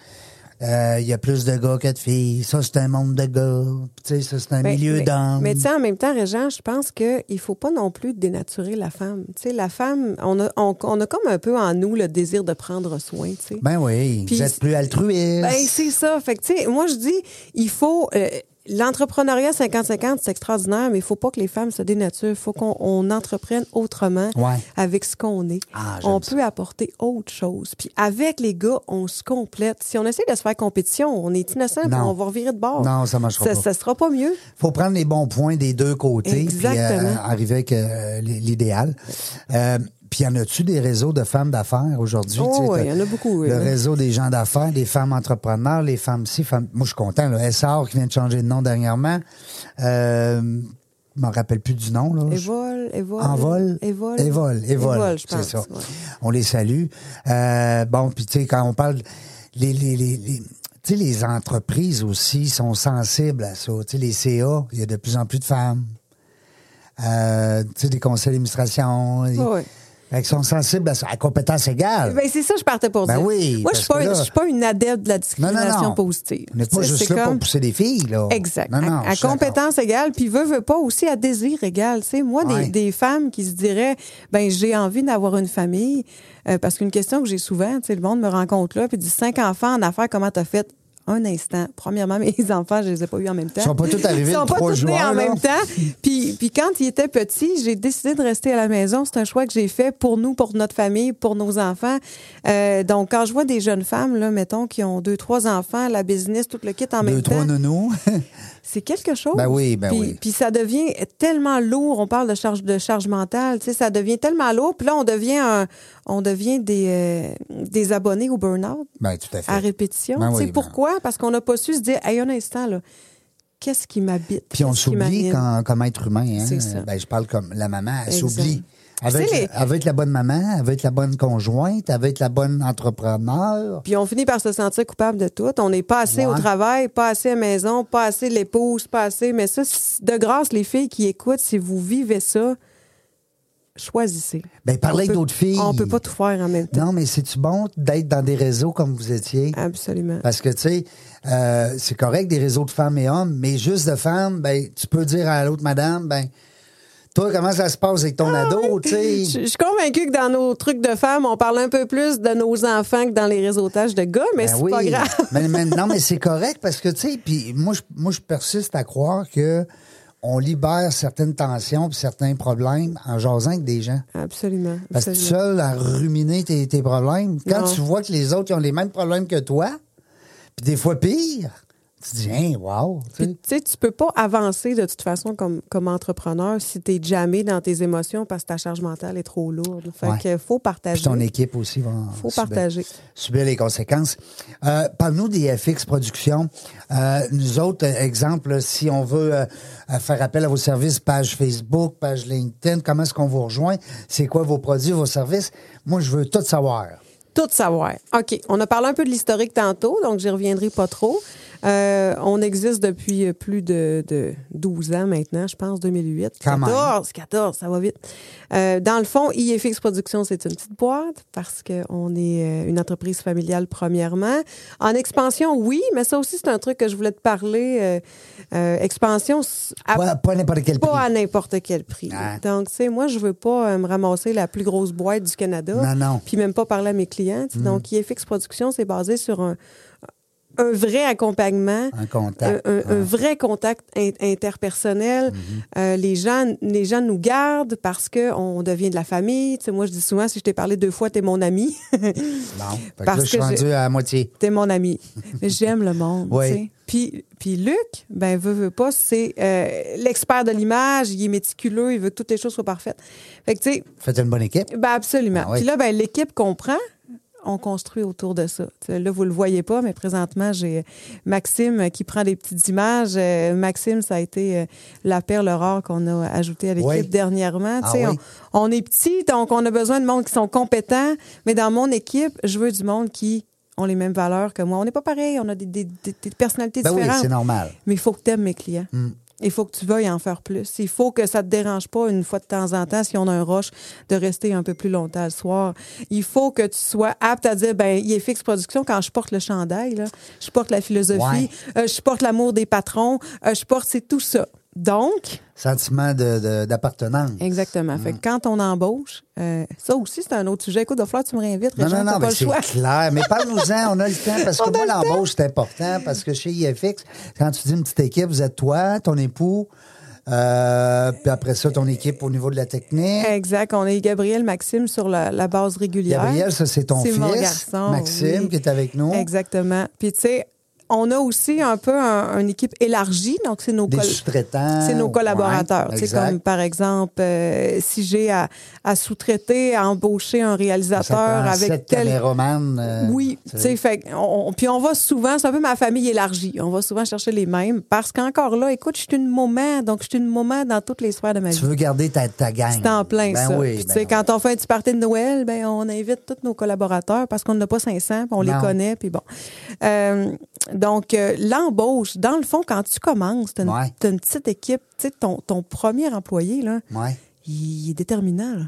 Euh, Il y a plus de gars que de filles. Ça, c'est un monde de gars. Puis, Tu sais, ça, c'est un
Ben,
milieu
mais-
d'hommes.
Mais tu sais, en même temps, Réjean, je pense qu'il ne faut pas non plus dénaturer la femme. Tu sais, la femme, on a, on, on a comme un peu en nous le désir de prendre soin, tu sais.
Ben oui,
Puis-
vous êtes plus altruiste.
Ben, c'est ça. Fait que, tu sais, moi, je dis, il faut. euh, L'entrepreneuriat 50-50, c'est extraordinaire, mais il faut pas que les femmes se dénaturent. Il faut qu'on on entreprenne autrement
Ouais.
avec ce qu'on est.
Ah, j'aime
on
ça.
peut apporter autre chose. Puis avec les gars, on se complète. Si on essaie de se faire compétition, on est innocent, puis
Non.
on va revirer de bord.
Non, ça marchera pas.
Ça sera pas mieux.
faut prendre les bons points des deux côtés. puis, euh,
Exactement.
arriver avec euh, l- l'idéal. Euh, puis, y en a-tu des réseaux de femmes d'affaires aujourd'hui?
Oh,
Tu sais,
oui,
t'as
y en a beaucoup, oui,
Le
oui.
réseau des gens d'affaires, des femmes entrepreneurs, les femmes ci, femmes. Moi, je suis content. Le SR qui vient de changer de nom dernièrement. Euh, je me rappelle plus du nom. Là.
Eh
Je-
Évole, évole.
Envol.
Évole.
Évole, évole,
Évole, je
C'est
pense.
ça.
ouais.
On les salue. Euh, bon, puis tu sais, quand on parle. Les, les, les, les- tu sais, les entreprises aussi sont sensibles à ça. Tu sais, les CA, il y a de plus en plus de femmes. Euh, tu sais, des conseils d'administration. ils-
Ouais, ouais.
Fait qu'ils sont sensibles à ça. À compétence égale.
Ben, c'est ça, je partais pour
Ben
dire.
oui,
Moi,
parce
je suis pas,
que
une-
là-
je suis pas une adepte de la
non, non,
discrimination
non.
positive.
On n'est pas
Tu sais,
juste
c'est
là
comme-
pour pousser des filles, là.
Exact.
Non, non,
à, à
je suis d'accord.
compétence égale, puis veut, veut pas aussi à désir égal. Tu sais, moi, des-
Ouais.
des, femmes qui se diraient, ben j'ai envie d'avoir une famille, euh, parce qu'une question que j'ai souvent, tu sais, le monde me rencontre là, puis dit cinq enfants en affaires, comment t'as fait? un instant. Premièrement, mes enfants, je les ai pas eus en même temps.
Ils sont pas tous arrivés
Ils sont
le
pas
3
tous nés
juin,
en
là.
même temps. Puis, puis quand ils étaient petits, j'ai décidé de rester à la maison. C'est un choix que j'ai fait pour nous, pour notre famille, pour nos enfants. Euh, donc, quand je vois des jeunes femmes, là, mettons, qui ont deux, trois enfants, la business, tout le kit en
Deux,
même temps,
trois nounous.
c'est quelque chose.
Ben oui, ben
puis,
oui.
Puis ça devient tellement lourd. On parle de charge de charge mentale, tu sais, ça devient tellement lourd. Puis là, on devient un- on devient des euh, des abonnés au burn-out
ben, tout à
à
fait.
répétition.
Ben
tu sais
oui, ben.
pourquoi Parce qu'on n'a pas su se dire, hey, un instant là, qu'est-ce qui m'habite
Puis on
Qu'est-ce qui
s'oublie
m'anime?
quand- comme être humain. Hein?
C'est ça.
Ben, je parle comme la maman, elle
Exact.
s'oublie.
Tu sais,
Avec,
les-
avec la bonne maman, avec la bonne conjointe, avec la bonne entrepreneur.
Puis on finit par se sentir coupable de tout. On n'est pas assez au
Ouais.
travail, pas assez à la maison, pas assez l'épouse, pas assez. Mais ça, c'est- de grâce, les filles qui écoutent, si vous vivez ça, choisissez.
Ben, parlez
On
avec
peut-
d'autres filles.
On peut pas tout faire Ah. en même temps.
Non, mais c'est-tu bon d'être dans des réseaux comme vous étiez?
Absolument.
Parce que, tu sais, euh, c'est correct des réseaux de femmes et hommes, mais juste de femmes, ben, tu peux dire à l'autre madame, ben, toi, comment ça se passe avec ton ado, tu sais?
Ah Je, je suis convaincue que dans nos trucs de femmes, on parle un peu plus de nos enfants que dans les réseautages de gars, mais
Ben
c'est pas grave.
mais, mais- non, mais c'est correct parce que, tu sais, puis moi, je, moi, je persiste à croire que on libère certaines tensions puis certains problèmes en jasant avec des gens.
Absolument.
Parce que tu es
absolument.
seul à ruminer tes, tes problèmes. Quand
Non.
tu vois que les autres ils ont les mêmes problèmes que toi, puis des fois pire, tu te dis, hein, wow. tu sais.
Puis, tu sais, tu peux pas avancer de toute façon comme, comme entrepreneur si t'es jamais dans tes émotions parce que ta charge mentale est trop lourde. Fait
Ouais.
que faut
Puis
partager.
ton équipe aussi va en
Faut
subir-
partager.
subir les conséquences. Euh, Parle-nous des FX Productions. Euh, nous autres, euh, exemple, là, si on veut euh, euh, faire appel à vos services, page Facebook, page LinkedIn, comment est-ce qu'on vous rejoint? C'est quoi vos produits, vos services? Moi, je veux tout savoir.
Tout savoir. OK. On a parlé un peu de l'historique tantôt, donc j'y reviendrai pas trop. Euh, on existe depuis euh, plus de, de 12 ans maintenant, je pense, 2008.
Quand même.
14, 14, ça va vite. Euh, dans le fond, IFX Productions, c'est une petite boîte parce qu'on est euh, une entreprise familiale premièrement. En expansion, oui, mais ça aussi, c'est un truc que je voulais te parler. euh, euh, expansion, s- à-
Pas, pas n'importe quel
Ah. pas à
prix.
n'importe quel prix.
Ah.
Donc, tu sais, moi, je veux pas euh, me ramasser la plus grosse boîte du Canada.
Non, non. Mm-hmm.
Puis même pas parler à mes clients. tu sais. Donc, IFX Production, c'est basé sur un, un vrai accompagnement.
Un contact.
Un, un- un
Ah.
vrai contact in- interpersonnel.
Mm-hmm.
Euh, les, gens, les gens nous gardent parce qu'on devient de la famille. Tu sais, moi, je dis souvent, si je t'ai parlé deux fois, t'es mon ami.
Non. Fait que
Parce
là, je suis
que
rendu
j'ai-
à la moitié.
t'es mon ami. Mais j'aime le monde.
Oui.
tu sais. Puis, puis Luc, ben veut, veut pas, c'est euh, l'expert de l'image, il est méticuleux, il veut que toutes les choses soient parfaites. Fait que tu sais,
Faites une bonne équipe.
ben absolument.
Ah oui.
Puis là, ben, l'équipe qu'on prend, on construit autour de ça. Tu sais, Là, vous le voyez pas, mais présentement, j'ai euh, Maxime euh, qui prend des petites images. Euh, Maxime, ça a été euh, la perle rare qu'on a ajoutée à l'équipe
Oui.
dernièrement. Tu
Ah
sais,
oui.
on, on est petit, donc on a besoin de monde qui sont compétents. Mais dans mon équipe, je veux du monde qui ont les mêmes valeurs que moi. On n'est pas pareil, on a des, des- des- des personnalités
Ben oui,
différentes.
c'est normal.
Mais il faut que tu aimes mes clients.
Mm.
Il faut que tu veuilles en faire plus. Il faut que ça te dérange pas une fois de temps en temps, si on a un rush, de rester un peu plus longtemps le soir. Il faut que tu sois apte à dire, ben, il est fixe production quand je porte le chandail, là. je porte la philosophie, euh, je porte l'amour des patrons, euh, je porte, c'est tout ça. Donc,
Sentiment de- de- d'appartenance. Mm.
exactement. Fait que quand on embauche, euh, ça aussi, c'est un autre sujet. Écoute, il va falloir que tu me réinvites,
Non,
Régent,
non,
t'as
non,
pas
mais
le
c'est
choix.
clair. Mais parle-nous-en, on a le temps, parce que
On a
moi,
le temps.
l'embauche, c'est important, parce que chez IFX, quand tu dis une petite équipe, vous êtes toi, ton époux, euh, puis après ça, ton équipe au niveau de la technique.
Exact. On est Gabriel Maxime sur la, la base régulière.
Gabriel, ça, c'est ton
C'est mon
fils,
garçon,
Maxime,
oui.
qui est avec nous.
Exactement. Puis, tu sais, on a aussi un peu un- une équipe élargie. Donc, c'est nos,
Des
col-
sous-traitants.
c'est nos collaborateurs.
Ouais,
Tu sais,
exact.
comme par exemple, euh, si j'ai à, à sous-traiter, à embaucher un
Ça
réalisateur
prend
avec
sept
tel.
caméromans, euh,
oui, tu sais, fait que on, on- puis on va souvent, c'est un peu ma famille élargie. On va souvent chercher les mêmes parce qu'encore là, écoute, je suis une maman, donc je suis une maman dans toutes les sphères de ma vie.
Tu veux garder ta, ta gang.
C'est en plein,
ben
ça.
Oui,
Puis, tu
ben
sais,
oui.
quand on fait un petit party de Noël, ben, on invite tous nos collaborateurs parce qu'on n'a pas 500, puis on
Non.
les connaît, puis bon. Euh, donc, euh, l'embauche, dans le fond, quand tu commences, t'as une,
Ouais.
t'as une petite équipe, tu sais, ton, ton premier employé, là,
Ouais.
il est déterminant, là.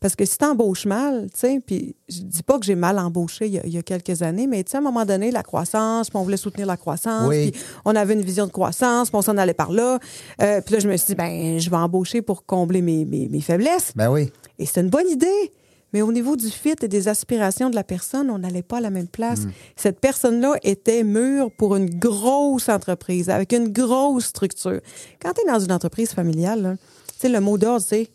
Parce que si t'embauches mal, tu sais, puis je dis pas que j'ai mal embauché il y a, il y a quelques années, mais tu sais, à un moment donné, la croissance, puis on voulait soutenir la croissance,
Oui.
puis on avait une vision de croissance, puis on s'en allait par là. Euh, puis là, je me suis dit, ben, je vais embaucher pour combler mes, mes, mes faiblesses.
Ben oui.
Et c'est une bonne idée. Mais au niveau du fit et des aspirations de la personne, on n'allait pas à la même place. Cette personne-là était mûre pour une grosse entreprise, avec une grosse structure. Quand tu es dans une entreprise familiale, là, tu sais, le mot d'ordre, c'est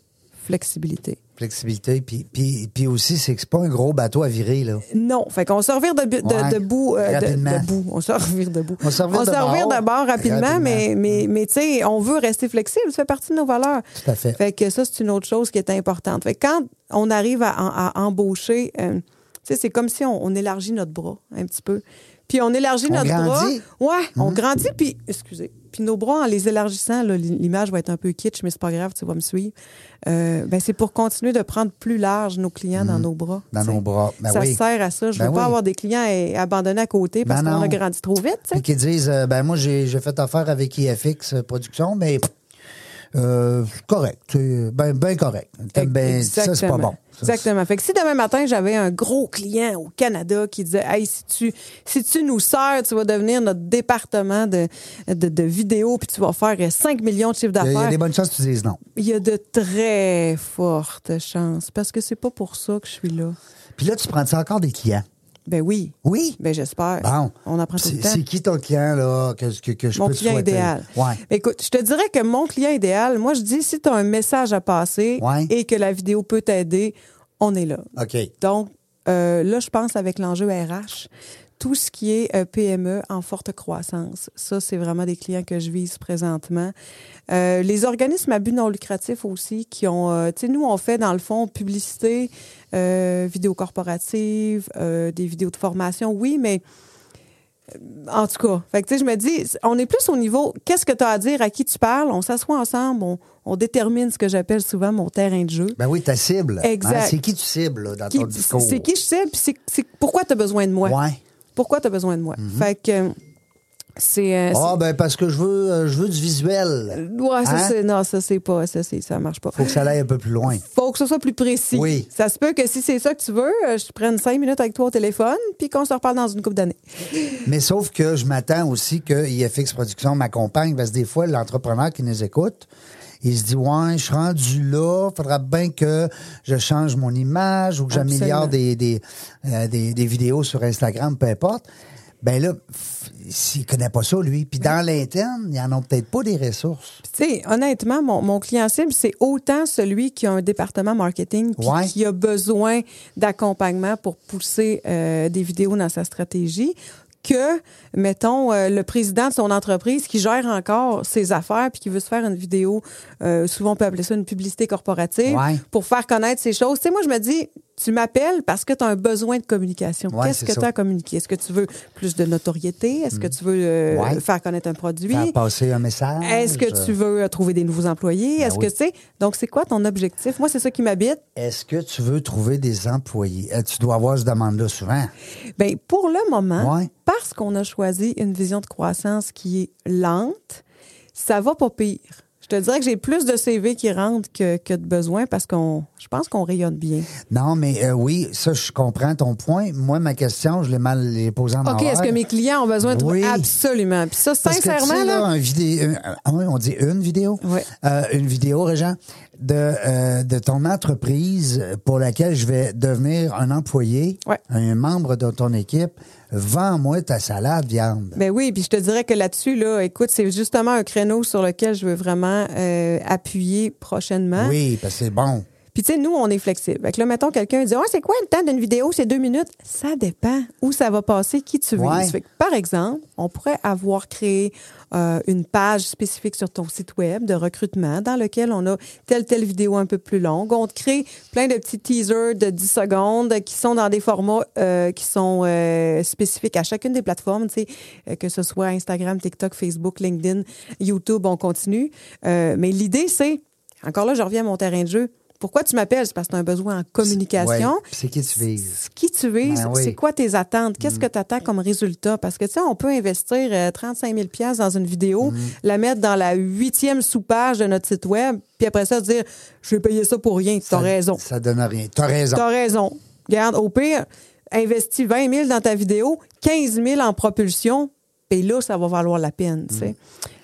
flexibilité.
Flexibilité, puis, puis, puis aussi, c'est que c'est pas un gros bateau à virer, là.
Non. Fait qu'on se revire de, bu- de-
Ouais.
debout. euh, de-
Rapidement.
debout. On se revire debout.
On se revire de bord.
de bord rapidement,
Rapidement.
mais, mais, mais tu sais, on veut rester flexible. Ça fait partie de nos valeurs.
Tout à fait.
Fait que ça, c'est une autre chose qui est importante. Fait que quand on arrive à, à- à embaucher, euh, tu sais, c'est comme si on, on élargit notre bras un petit peu. Puis on élargit
On
notre
grandit. Mm-hmm.
bras. Ouais, on grandit, puis, excusez, puis nos bras, en les élargissant, là, l- l'image va être un peu kitsch, mais c'est pas grave, tu vas me suivre. Euh, ben, c'est pour continuer de prendre plus large nos clients dans nos bras.
Mm-hmm. Dans
tu sais.
nos bras. Ben
ça
oui.
sert à ça. Je
Ben
veux pas
oui.
avoir des clients eh, abandonnés à côté parce
Ben
qu'on a
non.
grandi trop vite. tu sais.
Puis qui disent, euh, ben moi, j'ai j'ai fait affaire avec IFX Production, mais euh, correct. tu sais, Ben, ben correct. T'aimes Ben, ça, c'est pas
Exactement.
bon. Ça,
Exactement. Fait que si demain matin, j'avais un gros client au Canada qui disait Hey, si tu, si tu nous sers, tu vas devenir notre département de, de, de vidéos, puis tu vas faire euh, 5 millions de chiffres
Il y a- il y a
d'affaires.
des bonnes chances que tu dises non.
Il y a de très fortes chances parce que c'est pas pour ça que je suis là.
Puis là, tu prends ça encore des clients.
Ben oui.
Oui.
Ben j'espère.
Bon.
On apprend Ah, tout
C'est-
le temps.
C'est qui ton client, là, que, que, que je
mon
peux te
client
souhaiter?
idéal.
Ouais.
Mais Écoute, je te dirais que mon client idéal, moi, je dis si tu as un message à passer
Ouais.
et que la vidéo peut t'aider, on est là.
OK.
Donc, euh, là, je pense avec l'enjeu RH, tout ce qui est euh, PME en forte croissance, ça, c'est vraiment des clients que je vise présentement. Euh, les organismes à but non lucratif aussi, qui ont, euh, tu sais, nous, on fait dans le fond publicité, euh, vidéos corporatives, euh, des vidéos de formation, oui, mais euh, en tout cas, fait que, tu sais, je me dis, on est plus au niveau, qu'est-ce que tu as à dire, à qui tu parles, on s'assoit ensemble, on, on détermine ce que j'appelle souvent mon terrain de jeu.
Ben oui, ta cible.
Exact.
C'est qui tu cibles, là, dans
Qui-
ton discours?
C'est qui je sais, puis c'est- c'est pourquoi tu as besoin de moi.
Ouais. Mm-hmm.
Pourquoi tu as besoin de moi. Fait que euh, c'est. euh,
Ah, ben parce que je veux, euh, je veux du visuel.
c'est- ouais, ça,
Hein?
c'est- non, ça, c'est pas. Ça, c'est- ça marche pas.
Faut que ça aille un peu plus loin.
Faut que ce soit plus précis.
Oui.
Ça se peut que si c'est ça que tu veux, euh, je prenne cinq minutes avec toi au téléphone, puis qu'on se reparle dans une couple d'années.
Mais sauf que je m'attends aussi que IFX Production m'accompagne parce que des fois, l'entrepreneur qui nous écoute, il se dit Ouais, je suis rendu là, faudra bien que je change mon image ou que j'améliore
Absolument.
des, des, euh, des- des vidéos sur Instagram, peu importe. Ben là, pff, s'il connaît pas ça, lui. Puis dans l'interne, ils en ont peut-être pas des ressources.
Puis, Tu sais, honnêtement, mon, mon client cible, c'est autant celui qui a un département marketing puis
Ouais.
qui a besoin d'accompagnement pour pousser euh, des vidéos dans sa stratégie que, mettons, euh, le président de son entreprise qui gère encore ses affaires puis qui veut se faire une vidéo, euh, souvent on peut appeler ça une publicité corporative,
Ouais.
pour faire connaître ses choses. Tu sais, moi, je me dis, tu m'appelles parce que tu as un besoin de communication.
Ouais,
Qu'est-ce
c'est
que
ça. Mm.
tu as à communiquer? Est-ce que tu veux plus de notoriété? Est-ce que tu veux euh,
Ouais.
faire connaître un produit?
Faire passer un message.
Est-ce que tu veux euh, trouver des nouveaux employés? Est-ce
Ah, Ben oui.
que tu sais? Donc, c'est quoi ton objectif? Moi, c'est ça qui m'habite.
Est-ce que tu veux trouver des employés? Euh, Tu dois avoir cette demande-là souvent.
Bien, Ben, pour le moment,
Ouais.
parce qu'on a choisi une vision de croissance qui est lente, ça va pas pire. Je te dirais que j'ai plus de CV qui rentrent que, que de besoins parce qu'on, je pense qu'on rayonne bien.
Non, mais euh, oui, ça, je comprends ton point. Moi, ma question, je l'ai mal les posée en
OK, est-ce que mes clients ont besoin de
Ah Oui.
Absolument. Puis ça, sincèrement, là,
un vidéo, on dit une vidéo,
Oui.
Euh, une vidéo, Régent, de, euh, de ton entreprise pour laquelle je vais devenir un employé,
Ouais.
un membre de ton équipe, vends-moi ta salade viande.
Ben oui, puis je te dirais que là-dessus, là, écoute, c'est justement un créneau sur lequel je veux vraiment euh, appuyer prochainement.
Oui, parce que c'est bon.
Puis, tu sais, nous, on est flexible. Fait que là, mettons, quelqu'un dit, ouais, c'est quoi le temps d'une vidéo? C'est deux minutes. Ça dépend où ça va passer, qui tu vises.
Ouais.
Fait que, par exemple, on pourrait avoir créé euh, une page spécifique sur ton site web de recrutement dans lequel on a telle, telle vidéo un peu plus longue. On te crée plein de petits teasers de 10 secondes qui sont dans des formats euh, qui sont euh, spécifiques à chacune des plateformes, tu sais, euh, que ce soit Instagram, TikTok, Facebook, LinkedIn, YouTube, on continue. Euh, mais l'idée, c'est, encore là, je reviens à mon terrain de jeu. Pourquoi tu m'appelles? C'est parce que tu as un besoin en communication.
Ouais, puis c'est qui tu vises.
Ce qui tu vises,
Ben oui. Mm.
c'est quoi tes attentes? Qu'est-ce que tu attends comme résultat? Parce que, tu sais, on peut investir euh, 35 000 pièces dans une vidéo,
Mm.
la mettre dans la huitième sous-page de notre site web, puis après ça, dire, je vais payer ça pour rien. Tu as
Ça-
raison.
Ça donne rien. T'as raison.
Tu as raison. Garde, au pire, investis 20 000 dans ta vidéo, 15 000 en propulsion, puis là, ça va valoir la peine, tu sais.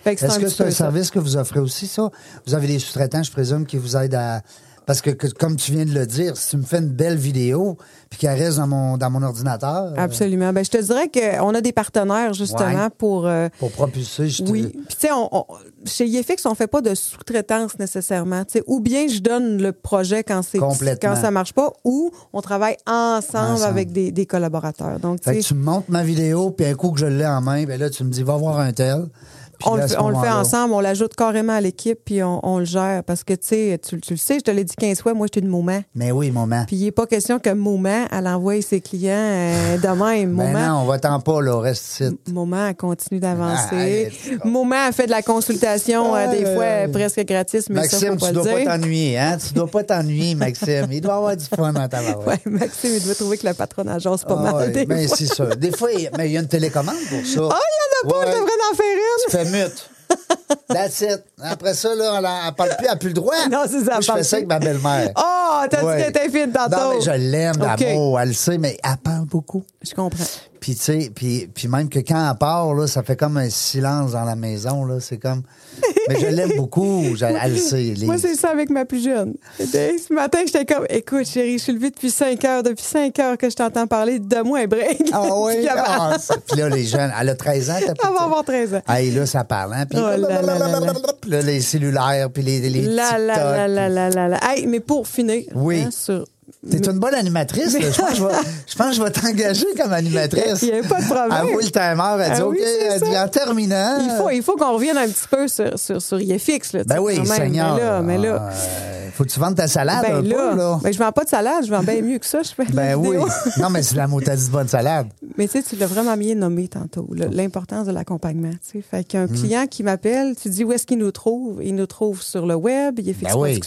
Fait que
Mm. Est-ce
un
que
petit
c'est un
peu ça.
service que vous offrez aussi, ça? Vous avez des sous-traitants, je présume, qui vous aident à Parce que, que- comme tu viens de le dire, si tu me fais une belle vidéo puis qu'elle reste dans mon, dans mon ordinateur euh,
Absolument. Ben, je te dirais qu'on a des partenaires, justement,
Ouais.
pour. euh,
pour propulser, je te-
oui. Puis, tu sais, on- on- chez IFX, on fait pas de sous-traitance nécessairement. tu sais. Ou bien je donne le projet quand, c'est,
Complètement.
quand ça marche pas, ou on travaille ensemble,
Ensemble.
avec des, des collaborateurs. Donc, tu
Fait que
sais,
tu me montres ma vidéo, puis un coup que je l'ai en main, ben là, tu me dis, va voir un tel. Puis
on,
là, à
le,
ce
fait- on le fait
moment-là-
ensemble, on l'ajoute carrément à l'équipe, puis on, on le gère. Parce que, tu sais, tu, tu le sais, je te l'ai dit 15 fois, moi, j'étais une moment.
Mais oui, moment.
Puis il n'est pas question que Moment, elle envoie ses clients euh, de même.
Ben
Moment,
non, on va t'en pas, là, reste ici.
Moment, elle continue
Arrête,
d'avancer.
c'est con.
Moment, elle fait de la consultation, euh, des
Aïe,
fois
aïe.
euh, presque gratis, mais ça,
Maxime,
faut pas
tu
le
dois pas
dire.
t'ennuyer, hein? Tu dois pas t'ennuyer, Maxime. Il doit avoir du fun dans ta barouette.
Ouais, Maxime, il doit trouver que le patronage, c'est pas
Ah
mal.
ouais,
des
ben,
fois.
c'est ça. Des fois, il mais il y a une télécommande pour ça.
Ah, il y en a pas,
Ouais.
je devrais en faire une.
Tu fais mute. That's it. Après ça, là, elle, a- elle parle plus, elle a plus le droit.
Non, c'est ça,
Moi,
elle
je
parle
fais ça
plus.
avec ma belle-mère.
Oh, t'as
Ouais.
dit que t'étais fine tantôt.
Non, mais je l'aime
OK.
d'amour, elle le sait, mais elle parle beaucoup.
Je comprends.
Puis, tu sais, puis, puis même que quand elle part, là, ça fait comme un silence dans la maison. là. C'est comme. Mais je l'aime beaucoup. Je- elle le sait. les-
Moi, c'est ça avec ma plus jeune. C'était- Ce matin, j'étais comme, écoute, chérie, je suis levée depuis 5 heures. Depuis 5 heures que je t'entends parler, donne-moi un break.
Ah oui.
Puis elle va-
Ah, ça- puis là, les jeunes. Elle a 13 ans, ta
Elle va
petite.
avoir 13 ans.
Hey, là, ça parle, hein? Puis
Oh là là là là.
Puis là, les cellulaires, puis les, les
La,
TikTok.
la, la, la, la, la, la. Hey, mais pour finir,
Oui.
hein, sur...
T'es une bonne animatrice. là. Je pense que je vais- je pense que je vais t'engager comme animatrice.
Il y a pas de problème.
Avoue le timer. Elle dit,
Ah
OK,
oui, c'est
elle dit,
ça.
en terminant.
il faut, il faut qu'on revienne un petit peu sur, sur, sur IFX. Là, tu
Ben
sais,
oui,
quand même.
Seigneur.
Mais là, mais là,
Ah, euh, faut que tu vendes ta salade
ben
un
là,
peu, là.
ben je vends pas de salade, je vends bien mieux que ça. Je fais de la
Ben oui.
vidéo.
non, mais c'est la mot t'as dit de bonne salade.
Mais tu sais, tu l'as vraiment bien nommé tantôt, là, l'importance de l'accompagnement. tu sais. Fait qu'un
Hmm.
client qui m'appelle, tu dis où est-ce qu'il nous trouve? Il nous trouve sur le web, il est
Ben oui.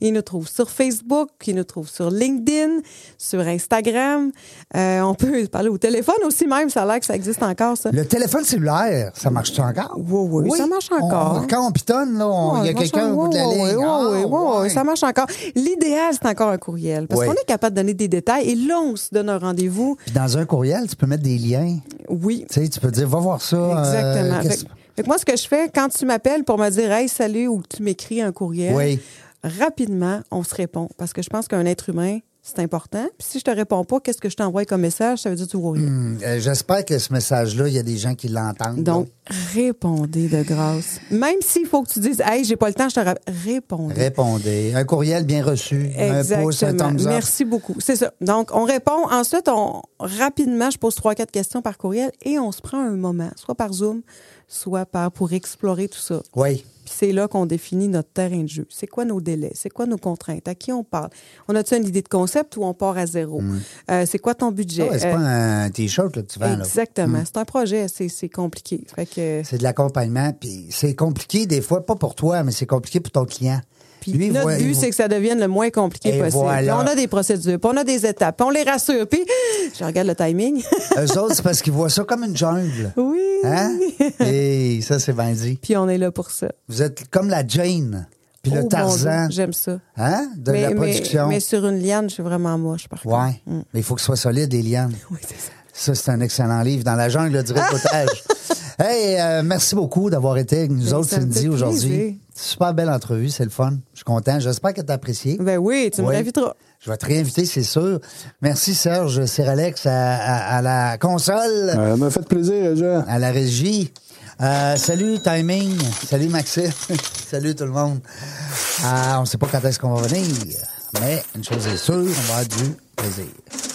il nous trouve sur Facebook, il nous trouve sur LinkedIn, sur Instagram. Euh, on peut parler au téléphone aussi même, ça a l'air que ça existe encore, ça.
Le téléphone cellulaire, ça marche-tu encore?
Oui, oui, ça marche
on-
encore.
on- quand on pitonne, là, on- il
Ouais,
y a
ça marche
quelqu'un au bout de la
encore. Ouais,
ligne.
ouais,
Ah,
ouais, ouais, ouais,
ouais.
Ça marche encore. L'idéal, c'est encore un courriel. Parce
Ouais.
qu'on est capable de donner des détails et là, on se donne un rendez-vous.
Puis dans un courriel, tu peux mettre des liens.
Oui,
Tu sais, tu peux dire, va voir ça. euh,
Exactement.
qu'est-ce-
fait, fait que moi, ce que je fais, quand tu m'appelles pour me dire Hey, salut ou que tu m'écris un courriel,
Oui.
rapidement, on se répond. Parce que je pense qu'un être humain, c'est important. Puis si je te réponds pas, qu'est-ce que je t'envoie comme message? Ça veut dire que tu vois rien.
Hum, euh, J'espère que ce message-là, il y a des gens qui l'entendent.
Donc, répondez de grâce. Même s'il faut que tu dises Hey, j'ai pas le temps, je te rappelle. Répondez.
Répondez. Un courriel bien reçu. Un pouce, un
Exactement.
thumbs up.
Merci beaucoup. C'est ça. Donc, on répond. Ensuite, on rapidement, je pose trois, quatre questions par courriel et on se prend un moment, soit par Zoom, soit par pour explorer tout ça.
Oui.
Puis c'est là qu'on définit notre terrain de jeu. C'est quoi nos délais? C'est quoi nos contraintes? À qui on parle? On a-tu une idée de concept ou on part à zéro? Euh, c'est quoi ton budget?
Mm. Ah ouais, c'est pas un T-shirt là, que tu
Euh,
vends. là. Mm.
exactement. C'est un projet. C'est, c'est compliqué. Fait que,
C'est de l'accompagnement. Puis c'est compliqué des fois, pas pour toi, mais c'est compliqué pour ton client.
puis
Lui, il
notre
voit- il
but,
voit-
c'est que ça devienne le moins compliqué
Et
possible.
voilà.
Puis on a des procédures, puis on a des étapes, puis on les rassure, puis je regarde le timing.
Eux autres, c'est parce qu'ils voient ça comme une jungle.
oui.
Hein? Et ça, c'est bien dit.
Puis on est là pour ça.
Vous êtes comme la Jane, puis
Oh,
le
mon
Tarzan
Dieu, J'aime ça.
hein? de
mais,
la
mais-
production.
Mais, Mm. sur une liane, je suis vraiment moche, par contre.
Ouais. Mais il faut que ce soit solide, les lianes.
Oui, c'est ça.
Ça, c'est un excellent livre, Dans la jungle du répotage. hey, euh, merci beaucoup d'avoir été avec nous
Ben,
autres
ça me
samedi
fait
aujourd'hui.
plaisir.
Super belle entrevue, c'est le fun. Je suis content. J'espère que tu as apprécié.
Ben oui, tu me
Oui.
réinviteras.
Je vais te réinviter, c'est sûr. Merci, Serge Siralex, à, à- à la console,
Ça Euh, m'a fait plaisir, Jean.
à la régie. Euh, salut, Timing. Salut, Maxime. salut, tout le monde. Euh, on ne sait pas quand est-ce qu'on va venir, mais une chose est sûre, on va avoir du plaisir.